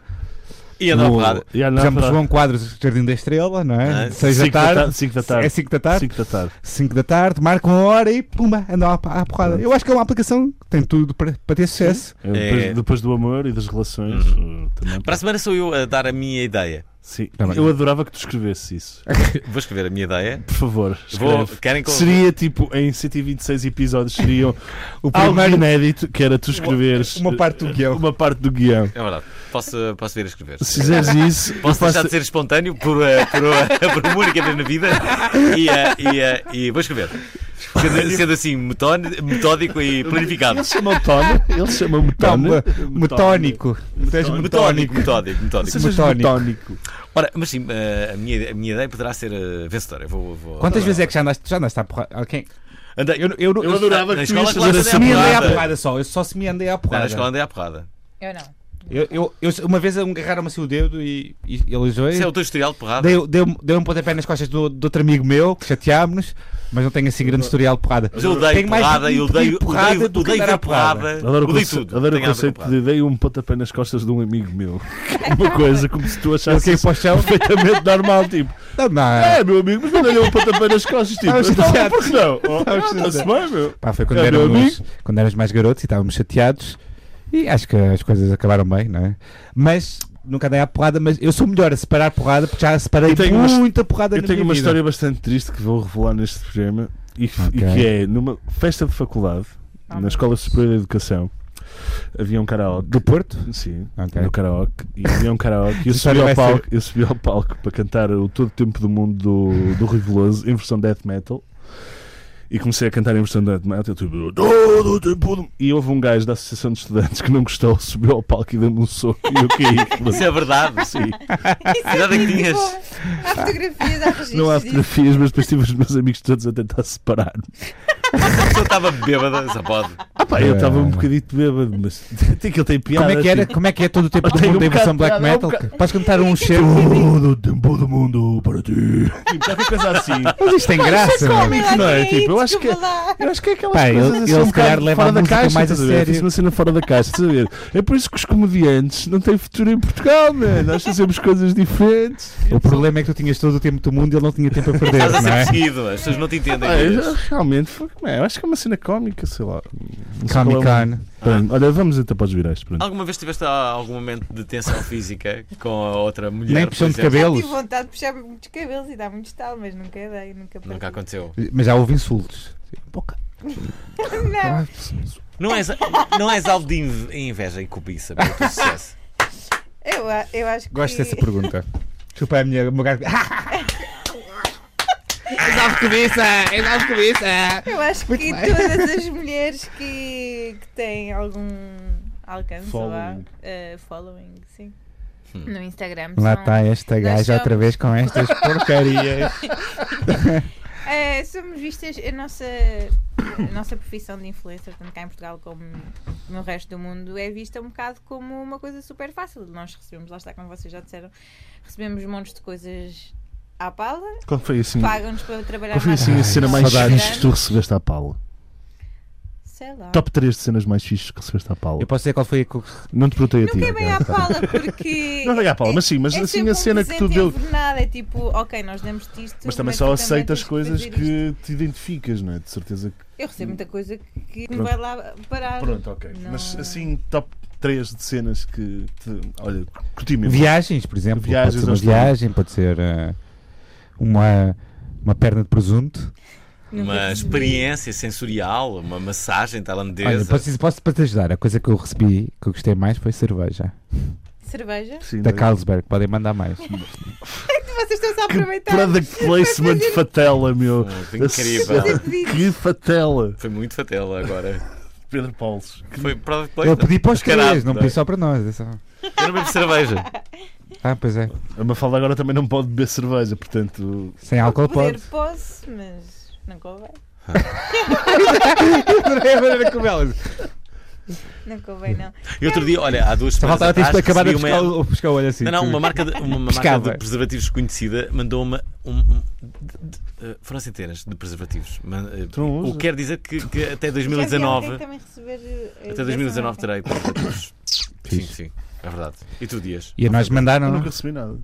A: E andam à
B: O-
A: porrada.
C: E há
B: É Por
C: nada
B: exemplo,
C: para-
B: João Quadros, um Jardim da Estrela, não é?
A: Ah,
B: Seis da
C: cinco da
B: tarde.
C: tarde, cinco da tarde.
B: É 5 da tarde.
C: Cinco da tarde.
B: 5 da tarde, marcam a hora e pumba, andam à, à porrada. Eu acho que é uma aplicação que tem tudo para, para ter sucesso.
C: É, Depois, depois do amor e das relações. uh, também.
A: Para a semana sou eu a dar a minha ideia.
C: Sim.
B: Uhum. Tá bem.
C: Eu adorava que tu escrevesse isso.
A: Vou escrever a minha ideia.
C: Por favor.
A: Vou-
C: escreve.
A: querem que eu-
C: Seria tipo em 126
B: [LAUGHS]
C: episódios seriam
B: O
C: algo
B: primeiro-
C: inédito que era tu escreveres eh,
B: uma parte do guião.
C: Uma parte do guião.
A: É verdade. Posso, posso vir a escrever.
C: Se
B: [LAUGHS]
C: fizeres isso, eu
A: Posso
C: faço-
A: deixar de ser espontâneo por, eh, por, eh, [LAUGHS] por uma única vez na vida e, eh, e, eh, e vou escrever. Sendo, sendo assim metone- metódico e planificado.
C: Ele chama Tony. Ele chama
B: Não,
C: Tony.
B: Então, metónico. Seja
A: Metódico,
B: metónico.
A: metódico, metódico.
C: Sejas
B: Metónico.
C: metónico.
A: Ora, mas sim, eh, a minha, a minha ideia poderá ser eh, vencedora. Eu vou, vou,
B: Quantas vezes é que já andaste, já andaste à porrada? Alguém-
A: Andei, eu,
B: Eu, eu,
C: adorava
A: na
C: que tu
A: escola
C: ias
A: claro,
C: fazer
A: andei
C: essa
A: à
B: semi andei à
A: porrada.
B: porrada só. Eu só semi andei à
A: Não, na
B: porrada.
A: escola andei à porrada.
D: Eu não.
B: Eu, eu, eu, uma vez agarraram-me assim o dedo e, e ele joia.
A: Isso é o teu historial de porrada.
B: Deu, deu, deu um pontapé nas costas do, do outro amigo meu, que chateámos-nos, mas não tenho assim grande historial de porrada.
A: Mas eu odeio
B: Tenho mais
A: porrada, eu
B: medo de
A: odeio,
B: pedir porrada
A: odeio,
B: do que
A: odeio
B: andar à
A: ver porrada.
C: Adoro o
A: Odeio
C: conce-
A: tudo.
C: adoro o
A: Tenho a ver com
C: conceito
A: porrada.
C: de dei um pontapé nas costas de um amigo
B: [LAUGHS]
C: meu. Uma coisa como se tu
B: Eu
C: achasses
B: caí para
A: [LAUGHS]
B: o chão.
C: perfeitamente normal, tipo,
B: Não, não.
C: é meu amigo, mas não dei um pontapé nas costas, tipo,
B: Estava
C: então,
B: chateado.
C: por que não? Oh,
B: Estava
C: Está-se
B: chateado.
C: bem, meu.
B: Pá, foi quando,
C: É, meu
B: éramos, quando éramos mais garotos e estávamos chateados. E acho que as coisas acabaram bem, não é? Mas nunca dei à porrada, mas eu sou melhor a separar porrada porque já separei
C: Eu tenho uma his-
B: muita porrada
C: Eu
B: na
C: tenho
B: minha
C: uma
B: vida.
C: história bastante triste que vou revelar neste programa e, que- e
B: Ok.
C: que é numa festa de faculdade,
D: Ah,
C: na Escola Superior de Educação, havia um karaoke.
B: Do Porto?
C: Sim,
B: Ok.
C: no karaoke. E havia um
B: [LAUGHS]
C: karaoke. E eu
B: Essa
C: subi,
B: história
C: ao
B: vai ser-
C: palco, eu subi ao palco para cantar o Todo o Tempo do Mundo do, do Rui Veloso em versão death metal. E comecei a cantar em versão death metal. Tipo, Todo o Tempo do Mundo. E houve um gajo da Associação de Estudantes que não gostou, subiu ao palco e deu-me um soco. E eu
B: [LAUGHS]
A: Isso
C: caí. Tipo,
A: é verdade.
C: Sim.
A: Que idade é que tinhas?
D: Há fotografias, há registros.
C: Não há fotografias, mas depois tive os meus amigos todos a tentar separar.
A: A pessoa estava bêbada, só pode.
C: Ah, pá, eu
B: É.
C: estava um bocadito bêbado, mas [LAUGHS] tem que ele tem piada.
B: Como é que era?
C: tipo,
B: Como é que é todo o tempo
C: Tenho
B: do mundo
C: um
B: em versão black
C: bocado de piada,
B: metal?
C: um
B: que- Podes cantar
C: [LAUGHS]
B: um cheiro.
C: tipo, Todo o tempo do mundo para ti. Tipo, qualquer coisa assim.
B: Mas isto tem graça, mano.
C: Não é, tipo, eu acho que- Eu acho que é aquelas
B: Pá,
C: coisas
B: ele-
C: assim
B: ele
C: um
B: se calhar
C: bocado
B: leva
C: fora
B: a
C: da
B: música
C: caixa,
B: mais a
C: estás ver?
B: sério.
C: Fiz uma cena fora da caixa, estás a ver? É por isso que os comediantes não têm futuro em Portugal, man. Nós fazemos coisas diferentes.
B: O problema é que tu tinhas todo o tempo do mundo e ele não tinha tempo a perder,
A: Estás a
B: não
A: ser
B: é?
A: perseguido, as pessoas não te entendem.
C: Ah, eu-
A: Dias.
C: realmente, foi, man, eu acho que é uma cena cómica, sei lá. Não sei qual é o-
B: Comic Con.
C: Pronto, Olha, vamos então para os virais. Pronto.
A: Alguma vez tiveste ah, algum momento de tensão física com a outra mulher?
B: Nem
A: por
B: puxão de
A: exemplo?
B: cabelos.
D: Tive vontade de puxar muitos cabelos e dar muitos tal, mas nunca dei, nunca parti.
A: Nunca aconteceu.
B: Mas já houve insultos. Boca.
D: [LAUGHS] Não,
A: Não és, não és algo de inve- inveja e cobiça pelo
B: [LAUGHS]
A: teu sucesso.
D: eu, a- eu acho que.
B: Gosto dessa [LAUGHS] pergunta. Chupa é a minha. o meu [LAUGHS] gato-
D: Eu acho que todas as mulheres que, que têm algum alcance
C: Following. Hum.
D: lá, eh, following, sim. No Instagram.
B: Lá
C: tá,
D: são-
B: está esta
D: Nós
B: gaja outra
D: somos-
B: vez com [LAUGHS] estas porcarias.
D: Eh, somos vistas, a nossa, a nossa profissão de influencer, tanto cá em Portugal como no resto do mundo, é vista um bocado como uma coisa super fácil. Nós recebemos, lá está, como vocês já disseram, recebemos montes de coisas à pala,
C: Qual foi assim?
D: pagam-nos para trabalhar
C: Qual foi
D: mais
C: assim a
D: horas
C: cena
D: no
C: mais
D: Instagram.
C: fixe que tu recebeste à Paula?
D: Sei lá.
C: Top 3 de cenas mais fixes que recebeste à Paula.
B: Eu posso dizer qual foi a co-
C: Não te perguntei a ti.
D: Nunca é bem à
C: ok.
D: pala, porque.
C: [LAUGHS] Não é à Paula, mas sim, mas
D: é
C: assim
D: sempre
C: a
D: um
C: cena que tu
D: presente
C: deu.
D: envenenado, é tipo, ok, nós damos-te isto.
C: Mas também
D: tu
C: só aceitas
D: tens de
C: coisas
D: fazer isto.
C: que te identificas, não é? De certeza que.
D: Eu recebo muita coisa que me
C: Pronto.
D: vai lá parar.
C: Pronto, ok.
D: Não.
C: Mas assim, top 3 de cenas que te. Olha, curti mesmo.
B: Viagens, por exemplo.
C: Viagens
B: pode ser
C: ao
B: uma
C: exterior.
B: viagem, pode ser eh, uma, uma perna de presunto.
D: Nunca
B: Uhum.
A: Uma
D: recebi.
A: experiência sensorial, uma massagem
B: Olha,
A: tailandesa.
B: posso, posso para te ajudar. A coisa que eu recebi que eu gostei mais foi cerveja.
D: cerveja.
C: Sim,
B: Da
C: não é?
B: Carlsberg, podem mandar mais.
D: É Vocês estão-se a aproveitar.
C: Product placement fatela, meu.
A: Foi Incrível.
C: Que fatela.
A: Foi muito fatela agora.
C: Pedro Paulos.
A: Foi product
B: Eu
A: placement.
B: pedi para os três,
A: Caralho,
B: não
A: tá.
B: pedi só para nós. é só-
A: Eu não bebo cerveja.
B: Ah, pois é.
C: A Mafalda agora também não pode beber cerveja, portanto.
B: Sem álcool
D: Poder
B: pode.
D: posso, mas não convém.
B: Adorei a maneira como elas.
D: Não convém, não.
A: E outro dia, olha, há duas
B: Só
A: semanas
B: faltava teres
A: atrás
B: acabar de
A: recebi
B: pescar
A: uma-
B: o- pescar o olho assim.
A: Não, não,
B: tu-
A: uma marca de, uma marca
B: Pescava.
A: de preservativos conhecida mandou-me um. um- de- de- eh, foram centenas de preservativos. Man- eh,
C: Tu não
A: o
C: usas?
A: que quer dizer que, que até
D: Já vi ontem
A: 2019.
D: também receber, eh,
A: Até
D: dessa
A: 2019
D: marca.
A: terei preservativos. sim,
B: Fixe.
A: sim, é verdade. E tu, Dias?
B: E é a nós
C: Eu
B: mandaram.
C: nunca recebi nada.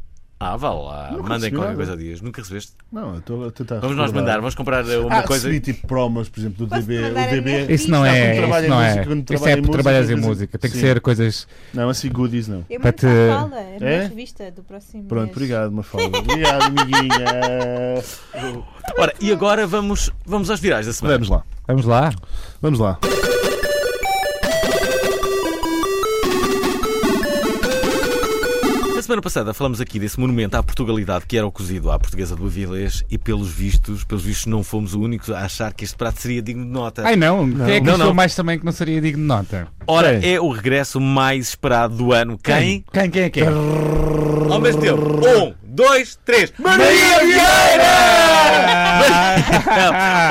A: Ah, vá lá,
C: Nunca
A: mandem
C: recebi
A: qualquer
C: nada.
A: coisa a Dias. Nunca recebeste?
C: Não, eu estou a tentar.
A: Vamos nós
C: recordar.
A: mandar, vamos comprar eh, uma
C: ah,
A: coisa.
C: recebi tipo promos, por exemplo, do
D: Posso
C: DB. O
D: mandar a minha?
C: DB.
B: Isso não
D: Não,
B: é.
D: quando
C: trabalho
B: Isso
C: em
B: não é.
C: música, quando
B: Isso
C: trabalho
B: é
C: em
B: porque trabalhas em
C: música,
B: música. Tem que
C: sim.
B: ser coisas.
C: Não, assim, goodies não.
D: Eu
B: Para
D: mando
B: te-
D: para a fala, é na
C: É?
D: revista do próximo
C: Pronto,
D: mês.
C: obrigado, Mafalda. Obrigado,
A: [LAUGHS]
C: amiguinha.
A: Ora, e agora vamos, vamos aos virais da semana.
C: Vamos lá.
B: Vamos lá.
C: Vamos lá.
A: Na semana passada falamos aqui desse monumento à Portugalidade que era o cozido à portuguesa do Avilés e pelos vistos, pelos vistos não fomos o único a achar que este prato seria digno de nota.
B: Ai não, quem é que
A: Não,
B: achou
A: não.
B: mais também que não seria digno de nota?
A: Ora, é o regresso mais esperado do ano. Quem?
B: Quem, quem é que é?
A: Ao mesmo tempo. Um, dois, três. Maria Vieira!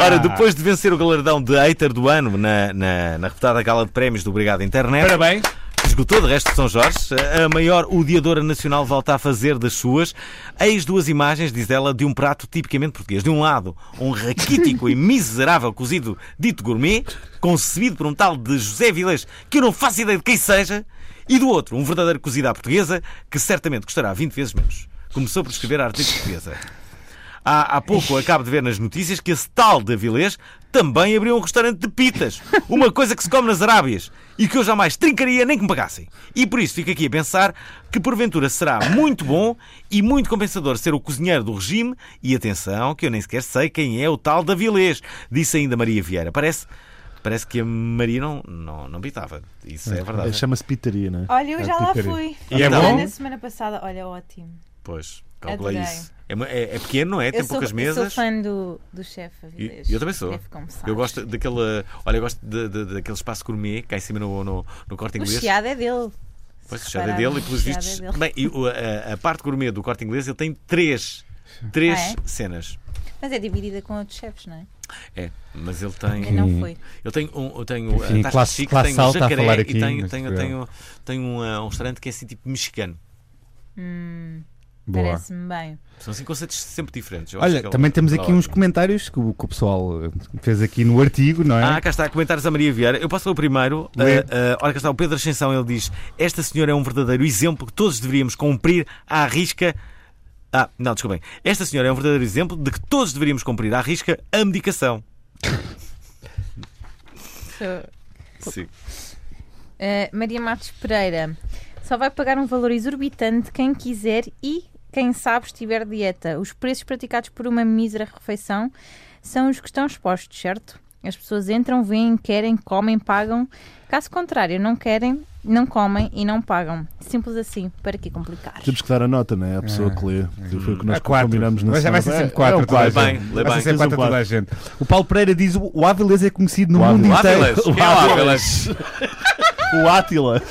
A: Ora, depois de vencer o galardão de hater do ano na, na, na reputada gala de prémios do Obrigado Internet,
B: Parabéns.
A: Esgotou de resto de São Jorge. A maior odiadora nacional volta a fazer das suas. Eis duas imagens, diz ela, de um prato tipicamente português. De um lado, um raquítico e miserável cozido dito gourmet, concebido por um tal de José Vilés, que eu não faço ideia de quem seja. E do outro, um verdadeiro cozido à portuguesa, que certamente custará 20 vezes menos. Começou por escrever a artigo portuguesa. Há, há pouco acabo de ver nas notícias que esse tal de Avilés também abriu um restaurante de pitas. Uma coisa que se come nas Arábias e que eu jamais trincaria nem que me pagassem. E por isso fico aqui a pensar que porventura será muito bom e muito compensador ser o cozinheiro do regime. E atenção, que eu nem sequer sei quem é o tal de Avilés, disse ainda Maria Vieira. Parece, parece que a Maria não, não, não pitava. Isso é
C: É,
A: verdade.
C: Chama-se pitaria, não é?
D: Olha, eu já lá
C: pitaria.
D: fui.
A: E
B: é
D: Lá
B: bom?
D: Na semana passada, olha, ótimo.
A: Pois, calcula
D: Adorei.
A: isso. É, mu- é- é pequeno, não é? Tem
D: eu sou,
A: poucas
D: eu sou
A: mesas.
D: fã do, do chefe Avilés.
A: E- eu também sou.
D: Deve começar.
A: Eu gosto daquele. Olha, eu gosto da- da- daquele espaço gourmet cá em cima no, no, no corte
D: O
A: inglês.
D: chiado é dele.
A: Pois,
D: Se
A: o chiado é
D: repararem,
A: dele e pelos
D: o chiado
A: vistos.
D: é dele.
A: Bem, e o- a, a parte gourmet do corte inglês ele tem três. Três
D: Ah,
A: cenas.
D: Mas é dividida com outros chefes, não é?
A: É, mas ele
D: Eu
A: tem.
D: não fui.
A: Eu tenho um. Eu tenho
B: Enfim,
A: a taxa
B: classe-
A: chique,
B: classe
A: tenho um
B: alta a
A: jacaré
B: falar
A: e
B: aqui
A: tenho,
B: neste
A: tenho,
B: programa.
A: tenho, tenho um, ah, um restaurante que é assim tipo mexicano.
D: Hum,
B: Boa.
D: Parece-me bem.
A: São assim conceitos sempre diferentes. Eu acho que
B: Olha,
A: ele-
B: também temos
A: ele
B: aqui
A: é
B: uns
A: ótimo.
B: comentários que o, que o pessoal eh, fez aqui no artigo, não é?
A: Ah, cá está, comentários a Maria Vieira. Eu posso ler o primeiro. Ah,
B: Lê.
A: ah, olha, cá está, o Pedro Ascensão, ele diz: Esta senhora é um verdadeiro exemplo que todos deveríamos cumprir à risca. Ah, não, desculpem. Esta senhora é um verdadeiro exemplo de que todos deveríamos cumprir à risca a medicação.
D: Sou-
A: Sim.
D: Uh, Maria Matos Pereira só vai pagar um valor exorbitante quem quiser e quem sabe estiver dieta. Os preços praticados por uma mísera refeição são os que estão expostos, certo? As pessoas entram, vêm, querem, comem, pagam. Caso contrário, não querem, não comem e não pagam. Simples assim, para que complicar?
C: Temos que dar a nota, não é? À pessoa que lê. Foi o que nós
B: Há Hum. quatro.
C: combinamos na
B: Mas já vai ser
C: semana.
B: sempre quatro.
C: É, é um
B: toda a
C: quatro.
A: Lê bem,
B: gente.
A: lê
B: vai
A: bem.
B: ser sempre quatro a toda a gente. O Paulo Pereira diz: o o Avilés é conhecido no
C: O
B: mundo
A: O
B: inteiro.
A: Ápilas! É o Ápilas!
C: [LAUGHS] O Átila.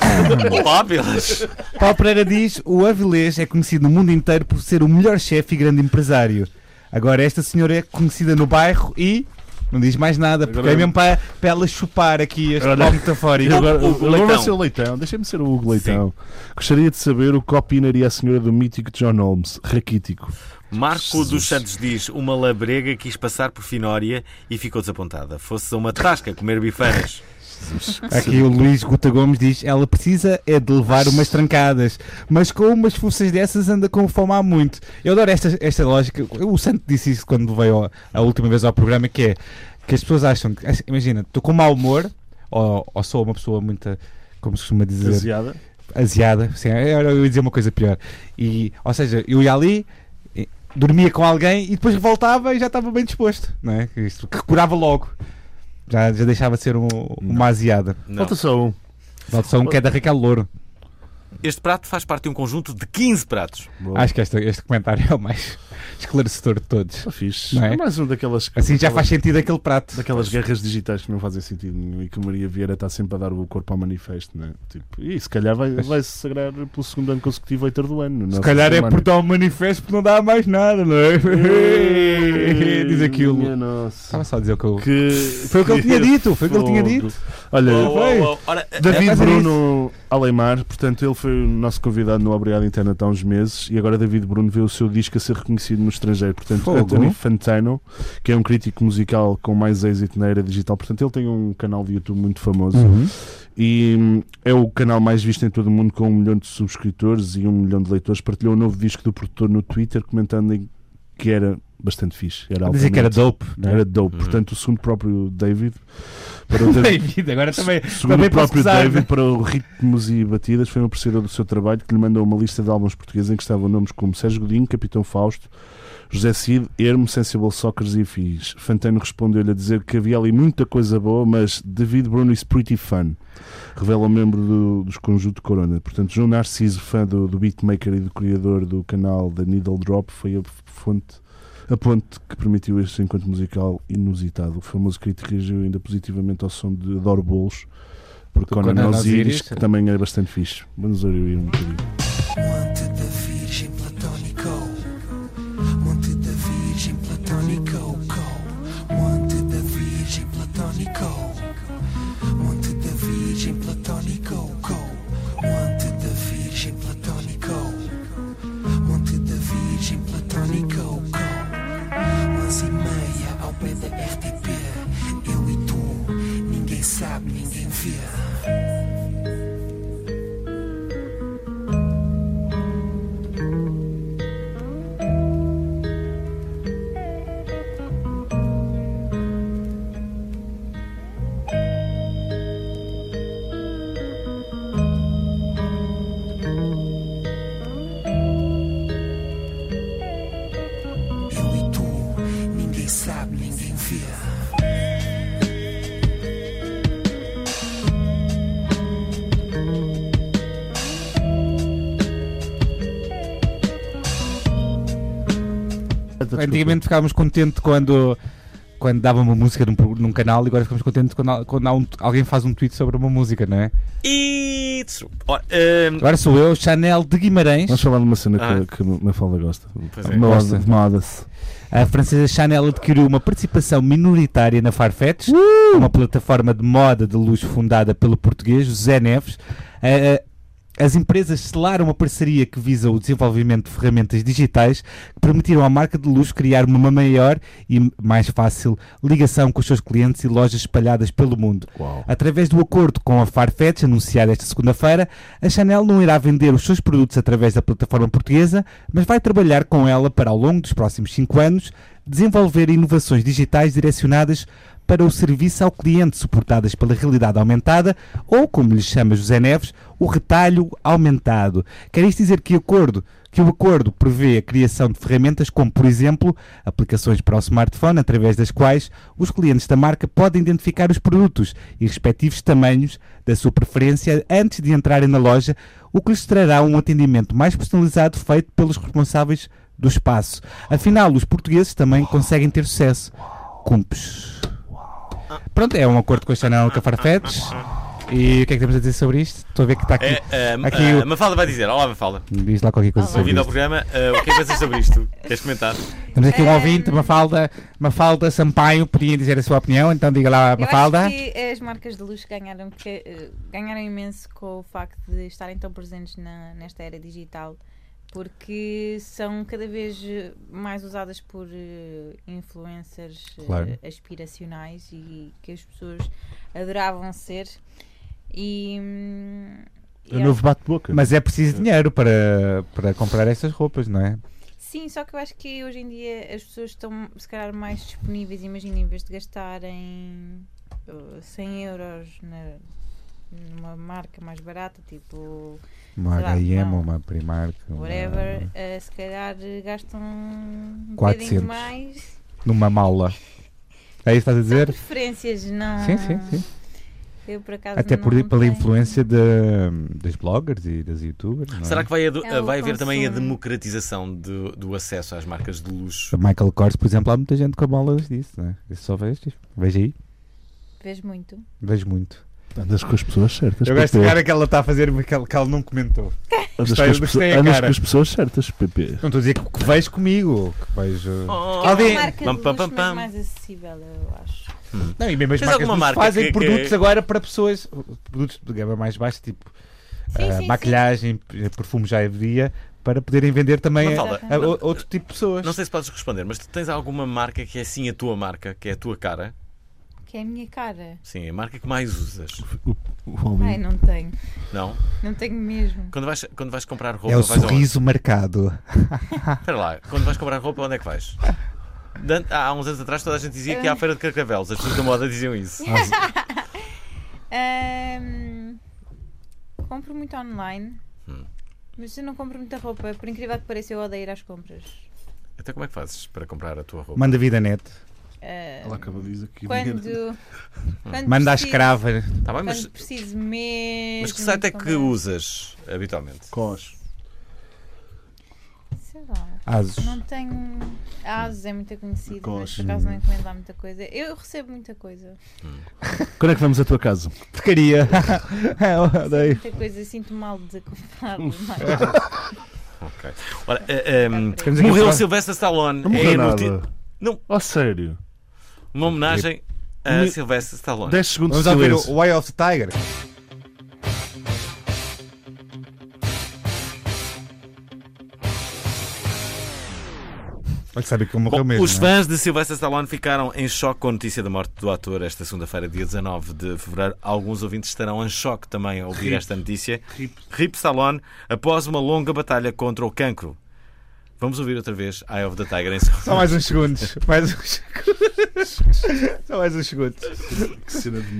A: O Ápilas!
B: Paulo Pereira diz: o Avilés é conhecido no mundo inteiro por ser o melhor chefe e grande empresário. Agora, esta senhora é conhecida no bairro e. Não diz mais nada, porque
C: Agora-
B: é mesmo para, para ela chupar aqui este
C: Agora-
B: pau metafórico.
C: Eu [LAUGHS] agora,
A: o Leitão.
C: o, Leitão. ser o Leitão. Deixa-me ser o Hugo Leitão. Gostaria de saber o que opinaria a senhora do mítico John Holmes, raquítico.
A: Marco dos Santos diz: Uma labrega quis passar por Finória e ficou desapontada. Fosse uma tasca comer bifanas.
B: Aqui o Luís Guta Gomes diz: ela precisa é de levar umas trancadas, mas com umas fuças dessas anda com fome há muito. Eu adoro esta, esta lógica. O Santo disse isso quando veio ao- a última vez ao programa: que é que as pessoas acham que, imagina, estou com mau humor, ou, ou sou uma pessoa muito, como se costuma dizer,
C: Demasiada.
B: asiada, sim, era- eu ia dizer uma coisa pior. E, ou seja, eu ia ali, e- dormia com alguém e depois voltava e já estava bem disposto, não é? Que Isto, que curava logo. Já, já deixava de ser um- uma asiada.
A: Não.
C: Falta só um.
B: Falta só um que é da Raquel Louro.
A: Este prato faz parte de um conjunto de 15 pratos.
C: Boa.
B: Acho que este, este comentário é o mais [LAUGHS] esclarecedor de todos.
C: Está fixe.
B: Não é?
C: É mais um daquelas.
B: Assim já
C: daquelas-
B: faz sentido aquele prato.
C: Daquelas guerras digitais que não fazem sentido nenhum e que Maria Vieira está sempre a dar o corpo ao manifesto, né? tipo, e se calhar vai,
B: Pois.
C: vai se sagrar pelo segundo ano consecutivo hater do ano. no
B: Se
C: nosso
B: calhar é
C: semana.
B: por dar o manifesto porque não dá mais nada, não é? [LAUGHS] Diz
C: Minha
B: aquilo. Estava
C: nossa.
B: só a dizer o que eu.
C: Que-
B: Foi o que ele tinha dito, foi o que ele tinha
C: fogo.
B: dito.
C: Olha,
A: Oh,
B: foi.
A: oh, oh. Ora,
C: David
B: É, mas é
C: Bruno Alemar, portanto, ele foi o nosso convidado no Obrigado Internet há uns meses e agora David Bruno vê o seu disco a ser reconhecido no estrangeiro. Portanto,
B: Fogo.
C: Anthony Fantano, que é um crítico musical com mais êxito na era digital, portanto, ele tem um canal de YouTube muito famoso e hum, é o canal mais visto em todo o mundo com um milhão de subscritores e um milhão de leitores. Partilhou o novo disco do produtor no Twitter comentando em- que era bastante fixe. Era
B: Dizia que era
C: altamente-
B: dope. não é?
C: Era dope.
A: Uhum.
C: Portanto, o segundo próprio David
B: [LAUGHS]
C: para o David
B: David, agora também.
C: Segundo
B: Também
C: o
B: posso
C: próprio
B: gozar,
C: David,
B: né?
C: para o Ritmos e Batidas, foi um apreciador do seu trabalho que lhe mandou uma lista de álbuns portugueses em que estavam nomes como Sérgio Godinho, Capitão Fausto, José Cid, Hermo, Sensible Soccer e Fiz. Fantano respondeu-lhe a dizer que havia ali muita coisa boa, mas David Bruno is pretty fun. Revela um membro do, dos Conjunto Corona. Portanto, João Narciso, fã do, do beatmaker e do criador do canal da Needle Drop, foi a fonte. A ponte que permitiu este encontro musical inusitado. O famoso crítico reagiu ainda positivamente ao som de Adoro Bolos, por Conan,
B: Conan
C: Osiris,
B: Osiris.
C: que também é bastante fixe. Vamos ouvir um bocadinho.
F: Monte da Virgem Platônico Monte da Virgem Platônico Monte da Virgem Platônico Monte da Virgem Platônico Monte da Virgem Platônico Monte da Virgem Platônico Onze e meia ao pé da RTP Eu e tu, ninguém sabe, ninguém vê Eu e tu, ninguém sabe, ninguém vê.
C: Desculpa.
B: Antigamente ficávamos contentes quando, quando dava uma música num, pro- num canal e agora ficamos contentes quando, há- quando há um- alguém faz um tweet sobre uma música, não é?
A: E. Ora, hum,
B: Agora sou eu, Chanel de Guimarães.
C: Vamos falar de uma cena
A: Ah.
C: que, que a Mafalda gosta.
A: Pois é.
B: Gosta.
C: Moda- Moda-se.
B: A francesa Chanel adquiriu uma participação minoritária na Farfetch,
C: Uh!
B: uma plataforma de moda de luxo fundada pelo português José Neves. Eh, as empresas selaram uma parceria que visa o desenvolvimento de ferramentas digitais que permitiram à marca de luxo criar uma maior e mais fácil ligação com os seus clientes e lojas espalhadas pelo mundo.
C: Uau.
B: Através do acordo com a Farfetch, anunciado esta segunda-feira, a Chanel não irá vender os seus produtos através da plataforma portuguesa, mas vai trabalhar com ela para, ao longo dos próximos 5 anos, desenvolver inovações digitais direcionadas para o serviço ao cliente, suportadas pela realidade aumentada, ou, como lhe chama José Neves, o retalho aumentado. Quer isto dizer que o acordo que o acordo prevê a criação de ferramentas como, por exemplo, aplicações para o smartphone, através das quais os clientes da marca podem identificar os produtos e respectivos tamanhos da sua preferência antes de entrarem na loja, o que lhes trará um atendimento mais personalizado feito pelos responsáveis do espaço. Afinal, os portugueses também conseguem ter sucesso. Cumpes. Pronto, é um acordo com a Chanel e com a Farfetch. E o que é que temos a dizer sobre isto? Estou a ver que está aqui.
A: é, hum,
B: Aqui
A: ah,
B: o-
A: Mafalda vai dizer. Olá, Mafalda.
B: Diz lá qualquer coisa
D: Olá.
B: sobre
A: Bem-vindo ao
B: isto.
A: programa. Ah, o que é que pensas sobre isto? Queres comentar?
B: Temos aqui um
G: Ahm.
B: ouvinte, Mafalda, Mafalda Sampaio, podia dizer a sua opinião, então diga lá,
G: Eu
B: Mafalda.
G: acho que as marcas de luxo ganharam, porque, eh, ganharam imenso com o facto de estarem tão presentes na- nesta era digital, porque são cada vez eh, mais usadas por eh, influencers eh,
B: Claro.
G: aspiracionais e que as pessoas adoravam ser. E. hum,
C: É
G: eu
C: novo bate-boca.
B: Mas é preciso dinheiro para, para comprar estas roupas, não é?
G: Sim, só que eu acho que hoje em dia as pessoas estão se calhar mais disponíveis, imagina, em vez de gastarem uh, 100 euros na- numa marca mais barata, tipo
B: Uma
G: Sei lá,
B: H&M,
G: não.
B: uma Primark, uma-
G: whatever, uh, se calhar gastam um
B: 400.
G: bocadinho
B: [LAUGHS]
G: mais.
B: numa mala. É isso que estás a dizer?
G: Preferências, não.
B: Sim, sim, sim.
G: Eh, Eu, por acaso,
B: Até
G: não
B: por, pela
G: tenho.
B: influência de, dos bloggers e das youtubers. não é?
A: Será que vai, ado-
G: É o
A: vai haver também a
G: consumo.
A: democratização do, do acesso às marcas de luxo?
B: O Michael Kors, por exemplo, há muita gente com bolas disso, não é? Eu só vejo isto. Vejo aí,
G: Vês muito. É
B: vejo muito.
C: Andas com as pessoas certas.
B: Eu gosto
C: PP.
B: de cara que ela está a fazer, que ela, que ela não comentou.
C: Andas,
B: Gostei-
C: com as,
B: gostei
C: pessoas-
B: a
C: andas
B: cara.
C: com as pessoas certas, PP.
B: Não estou a dizer que, que vejo comigo, que vejo...
A: Oh,
G: Que é
B: Alguém-
G: uma marca de
A: Pam,
G: luxo,
A: pam, pam,
G: mas
A: pam.
G: mais acessível, eu acho.
B: Não, e mesmo as
A: Tens
B: marcas
A: alguma
B: nos
A: marca
B: fazem
A: que- que-
B: produtos agora para pessoas, produtos de gama mais baixa, tipo
G: Sim,
B: ah,
G: sim, sim.
B: maquilhagem, p- perfume já havia, para poderem vender também a,
A: Mafalda,
B: a- o- outro tipo de pessoas.
A: Não sei se podes responder, mas tu tens alguma marca que é assim a tua marca, que é a tua cara?
G: Que é a minha cara.
A: Sim, a marca que mais usas.
C: O
G: Ai,
C: homem.
G: não tenho.
A: Não?
G: Não tenho mesmo.
A: Quando vais, quando vais comprar roupa,
B: É o
A: vais aonde?
B: sorriso marcado.
A: Espera lá, quando vais comprar roupa, onde é que vais? Dan- Há uns anos atrás toda a gente dizia que ia à feira de carcavelos, as pessoas da moda diziam
G: [LAUGHS]
A: isso.
G: Ahm, compro muito online.
A: Hum.
G: Mas eu não compro muita roupa. Por incrível que pareça, eu odeio ir às compras.
A: Então como é que fazes para comprar a tua roupa?
B: Manda vida net,
G: Ah,
C: Ela acaba de dizer que.
G: quando,
C: [LAUGHS]
G: quando
B: manda a
G: preciso-
B: escrava.
A: Está Tá bem,
G: Quando
A: mas,
G: preciso mesmo.
A: mas que site é
G: de
A: que
G: comprar-
A: usas habitualmente?
C: Cos.
G: Sei lá.
B: Asos.
G: Não tenho. A Asus é muito conhecida, mas
C: Gosto. Hum.
G: por acaso não encomendo lá muita coisa. Eu recebo muita coisa.
C: Quando é que vamos à tua casa?
B: [LAUGHS] Porcaria. Eu É, odeio.
G: Muita coisa, sinto mal de comprar mais.
C: [LAUGHS]
A: Ok. Ora, eh, ehm,
B: Queremos aqui um
A: morreu
B: falar-
A: Sylvester Stallone.
C: Não
A: é
C: morreu
A: inútil.
C: nada.
A: Não.
C: Oh, sério.
A: Uma homenagem a
C: Me-
A: Sylvester Stallone.
C: 10 segundos
B: Vamos
C: de
B: ouvir
C: silêncio.
B: o Way of the Tiger. Olha que sabe que ele morreu
A: Bom,
B: mesmo.
C: né?
A: os
B: não é?
A: fãs de Sylvester Stallone ficaram em choque com a notícia da morte do ator esta segunda-feira, dia 19 de fevereiro. Alguns ouvintes estarão em choque também a ouvir esta notícia. Rip. Stallone após uma longa batalha contra o cancro. Vamos ouvir outra vez Eye of the Tiger em
B: [LAUGHS] Só mais uns segundos. Mais uns segundos. Só mais uns segundos.
C: Que cena de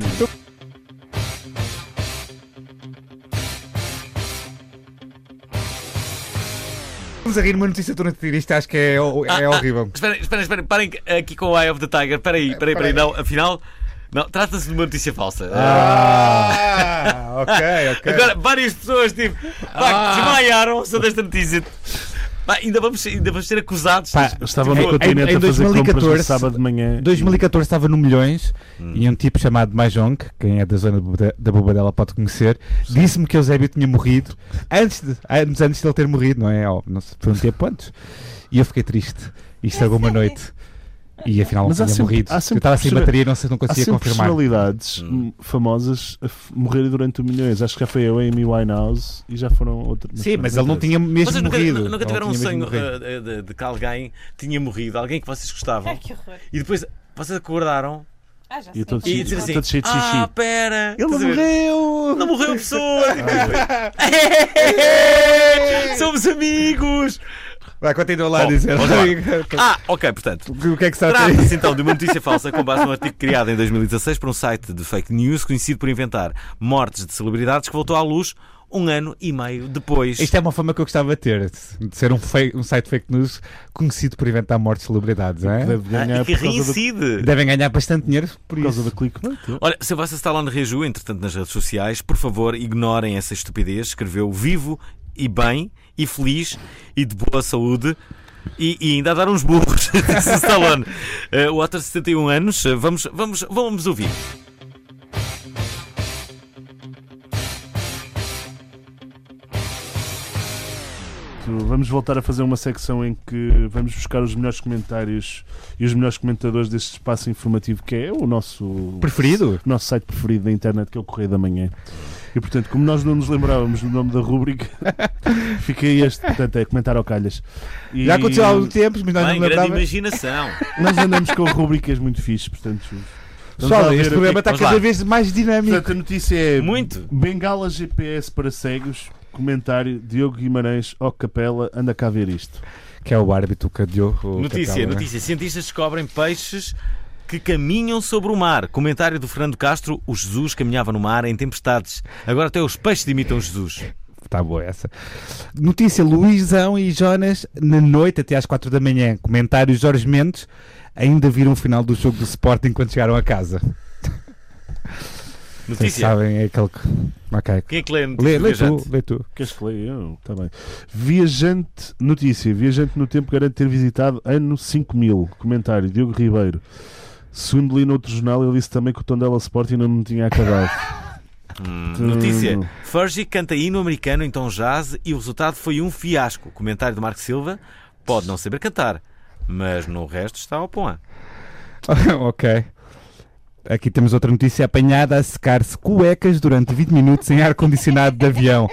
B: Vamos a rir uma notícia tão atirista, acho que é,
C: [LAUGHS]
B: é horrível.
A: Espera, espera, espera, parem que- aqui com o Eye of the Tiger. Espera aí, espera aí, espera aí. Não, afinal, não, trata-se de uma notícia falsa.
B: Ah, ok, ok.
C: Então
A: Agora, várias pessoas tipo,
B: Ah.
A: pá, desmaiaram só desta notícia. Pá, ainda, vamos, ainda vamos ser acusados.
B: Pá,
C: Estava no
B: Em-
C: continente
B: em
C: a fazer compras
B: 2014,
C: no sábado de manhã.
B: 2014 estava no Milhões e um tipo chamado Mahjong, que quem é da zona de Boba- da Bobadela pode conhecer, disse-me que Eusébio tinha morrido antes de, anos antes de ele ter morrido, não é? Ó, Não sei, foi um tempo antes. E eu fiquei triste e estragou uma noite. E afinal não
C: Mas há
B: tinha
C: sempre-
B: morrido.
C: há
B: Eu
C: sempre
B: estava sem
C: persona-
B: bateria, não, sei, não
C: Há
B: conseguia
C: sempre
B: confirmar.
C: personalidades
A: Hum.
C: hum, famosas a f- morrerem durante o milhões. Acho que já foi a Amy Winehouse e já foram outras.
B: Sim, mas ele não tinha mesmo
A: Vocês nunca,
B: morrido.
A: nunca
B: Ele
A: tiveram um
B: tinha mesmo
A: sonho
B: morrido.
A: uh, de, de- de que alguém tinha morrido, alguém que vocês gostavam,
D: É
G: Ai, que horror.
A: e depois vocês acordaram
G: Ah, já
C: E
G: sei.
C: todos-
A: e
C: Sim,
A: dizer assim:
C: todo cheio de xixi.
A: Ah, pera!
B: Ele
A: Estás a ver?
B: morreu!
A: Não morreu a
B: [LAUGHS]
A: pessoa! [LAUGHS]
B: Ah.
A: Somos amigos!
B: Vai, continua lá a
A: Bom,
B: dizer.
A: vamos lá. Ah, ok, portanto,
B: [LAUGHS] O que é que está a
A: Trata-se então de uma notícia falsa com base num artigo criado em 2016 por um site de fake news conhecido por inventar mortes de celebridades que voltou à luz um ano e meio depois.
B: Isto é uma fama que eu gostava de ter, de ser um, fake- um site fake news conhecido por inventar mortes de celebridades, não é?
C: Deve
A: Ah,
C: ganhar
A: e que
C: por causa da-
A: reincide.
B: Devem ganhar bastante dinheiro por
C: por causa
B: isso.
C: da clickbait. é?
A: Olha, Sylvester Stallone reagiu, entretanto, nas redes sociais. Por favor, ignorem essa estupidez. Escreveu vivo e bem e feliz e de boa saúde. E, e ainda a dar uns burros, [LAUGHS] disse Stallone. Eh, o ator de 71 anos, eh, vamos, vamos, vamos ouvir.
C: Portanto, Vamos voltar a fazer uma secção em que vamos buscar os melhores comentários e os melhores comentadores deste espaço informativo que é o nosso
B: Preferido?
C: o nosso site preferido da internet, que é o Correio da Manhã. E portanto, como nós não nos lembrávamos do nome da
B: [LAUGHS]
C: rúbrica, fica este, portanto, é comentar ao calhas. E
B: Já aconteceu há alguns tempos, mas nós
A: Bem,
B: não
A: grande
B: lembrávamos.
A: imaginação.
C: Nós andamos com rúbricas muito fixes, portanto. vamos lá
B: Pessoal,
C: ver
B: este tá
C: o que é
B: programa
C: que-
B: está
A: Vamos
B: cada
A: lá.
B: vez mais dinâmico.
C: Portanto, a notícia é
A: Muito.
C: Bengala GPS para cegos. Comentário Diogo Guimarães, ó Capela, anda cá ver isto.
B: Que é o árbitro que adiou. o
A: Notícia,
B: Capela, né?
A: notícia. Cientistas descobrem peixes que caminham sobre o mar. Comentário do Fernando Castro: o Jesus caminhava no mar em tempestades. Agora até os peixes imitam Jesus.
B: Tá boa essa. Notícia: Luizão e Jonas na noite até às 4 da manhã. Comentário: Jorge Mendes ainda viram o final do jogo do Sporting quando chegaram a casa. Vocês
A: Notícia.
B: sabem, é aquele que. Ok.
A: Quem é que lê a
B: Lê,
A: notícia do
B: lê tu,
A: viajante?
B: lê tu.
C: Queres que leia eu? Está bem. Viajante, notícia. Viajante no tempo garante ter visitado ano 5000. Comentário, Diogo Ribeiro. Segundo li noutro jornal, ele disse também que o Tondela Sport ainda não tinha acabado.
A: Hum,
C: Tu-
A: notícia. Fergie canta hino americano em tom jazz e o resultado foi um fiasco. Comentário do Marco Silva. Pode não saber cantar, mas no resto está ao pão.
B: [LAUGHS] ok. Aqui temos outra notícia apanhada a secar-se cuecas durante 20 minutos em ar-condicionado de avião.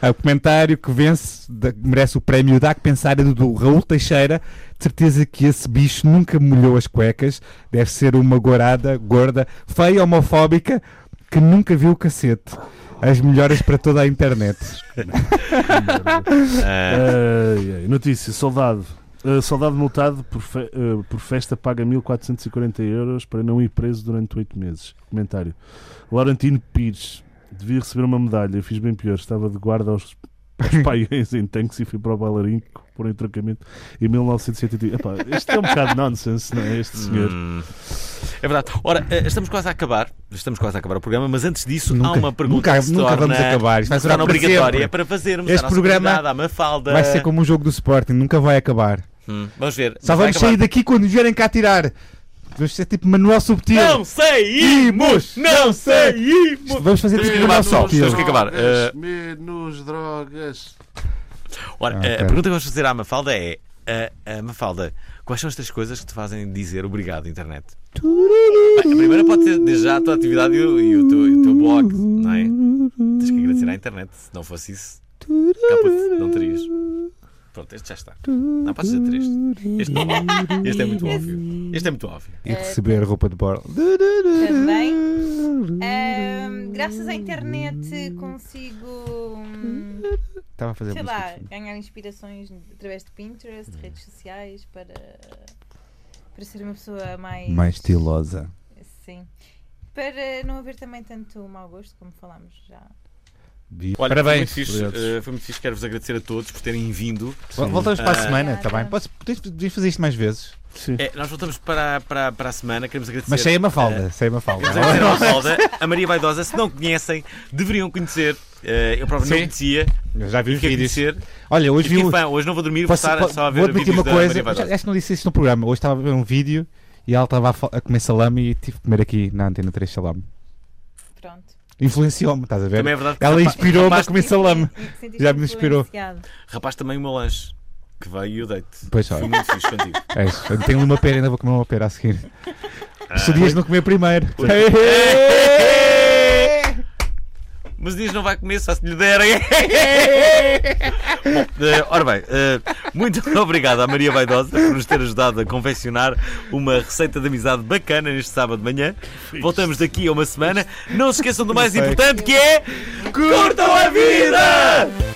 B: É o comentário que vence, da- merece o prémio da Pensada do, do Raul Teixeira. De certeza que esse bicho nunca molhou as cuecas. Deve ser uma gorada, gorda, feia, homofóbica, que nunca viu o cacete. As melhoras para toda a internet. Eh,
A: Ah,
C: Ai, ai. Notícia, soldado. Uh, soldado multado por, fe- uh, por festa paga 1440 euros para não ir preso durante 8 meses. Comentário. Laurentino Pires. Devia receber uma medalha. Eu fiz bem pior. Estava de guarda aos, aos paiões em tanques e fui para o bailarinco por entrancamento em 1970. Epá, este é um bocado nonsense, não é? Este senhor.
A: hum. É verdade. Ora, eh, estamos quase a acabar. Estamos quase a acabar o programa, mas antes disso há
B: Nunca-
A: uma pergunta
B: nunca-
A: que se
B: nunca
A: torna,
B: vamos acabar. Isto vai
A: que se
B: durar
A: torna
B: para
A: obrigatória
B: sempre.
A: para fazermos
B: Este
A: a nossa
B: programa
A: convidada, a Mafalda.
B: Vai ser como um jogo do Sporting, nunca vai acabar.
A: Hum, vamos ver.
B: Só
A: Vai
B: vamos sair
A: acabar.
B: daqui quando nos vierem cá tirar. Vamos ser tipo Manuel Subtil.
A: Não saímos! Não saímos!
B: Vamos fazer
A: Temos que
B: tipo
A: acabar,
B: Manuel
A: temos
B: Subtil.
A: que acabar. Eh,
H: Menos drogas.
A: Ora,
B: Ah,
A: eh, a
B: ok.
A: pergunta que vamos fazer à Mafalda é: eh, eh, Mafalda, quais são as três coisas que te fazem dizer obrigado, internet? Bem, a primeira pode ser desde já a tua atividade e o, e o teu, e o teu blog, não é? Tens que agradecer à internet. Se não fosse isso, caput, não terias. Pronto, este já está. Não podes dizer triste. Este, este é muito óbvio. Este é muito óbvio.
B: E receber roupa de borla.
G: Também. Ahm, graças à internet consigo, hum,
B: Estava a fazer
G: sei lá,
B: música. Uhum.
G: ganhar inspirações através de Pinterest, de redes sociais, para, para ser uma pessoa mais.
B: Mais estilosa.
G: Sim. Para não haver também tanto mau gosto, como falámos já.
A: Olha,
B: Parabéns.
A: Foi muito fixe, eh, foi muito fixe. Quero-vos agradecer a todos por terem vindo.
B: Vol- Voltamos para a
A: Ah.
B: semana, está bem?
G: Obrigada.
B: Podes, podes- podias fazer isto mais vezes.
C: Sim.
A: É, nós voltamos para, para, para a semana. Queremos agradecer.
B: Mas sem a Mafalda,
A: É.
B: sem
A: [LAUGHS]
B: a Mafalda.
A: Queremos agradecer à Mafalda, a Maria Vaidosa. Se não conhecem, deveriam conhecer. Eh, eu próprio não
B: Sim.
A: conhecia.
B: Eu já vi os
A: Fiquei a
B: vídeos.
A: conhecer.
B: Olha, hoje
A: Hoje,
B: vi um.
A: fã. hoje não vou dormir, vou
B: Posso-
A: estar
B: po-
A: só a ver
B: vou admitir
A: vídeos
B: uma
A: da
B: coisa,
A: Maria
B: mas
A: Vaidosa.
B: acho que não disse isto no programa. Hoje estava a ver um vídeo e ela estava a, fal- a comer salame e tive que comer aqui na antena 3 salame.
G: Pronto.
B: Influenciou-me, estás a ver?
A: Também é verdade que
B: Ela
A: rapaz-
B: inspirou-me a
A: rapaz-
B: comer salame.
G: E- e sentiste-te
B: Já me inspirou.
G: influenciado.
A: Rapaz, também o meu lanche. Que veio e eu deito.
B: Pois
A: Foi
B: olha,
A: muito fixe contigo.
B: é isso. Eu tenho uma pera, ainda vou comer uma pera a seguir. Se o Dias não comer primeiro.
A: Mas o Dias não vai comer só se lhe derem. Bom, eh, ora bem, eh, muito [LAUGHS] obrigado à Maria Vaidosa por nos ter ajudado a confeccionar uma receita de amizade bacana neste sábado de manhã. Voltamos daqui a uma semana. Não se esqueçam do mais importante que é. Curtam a vida!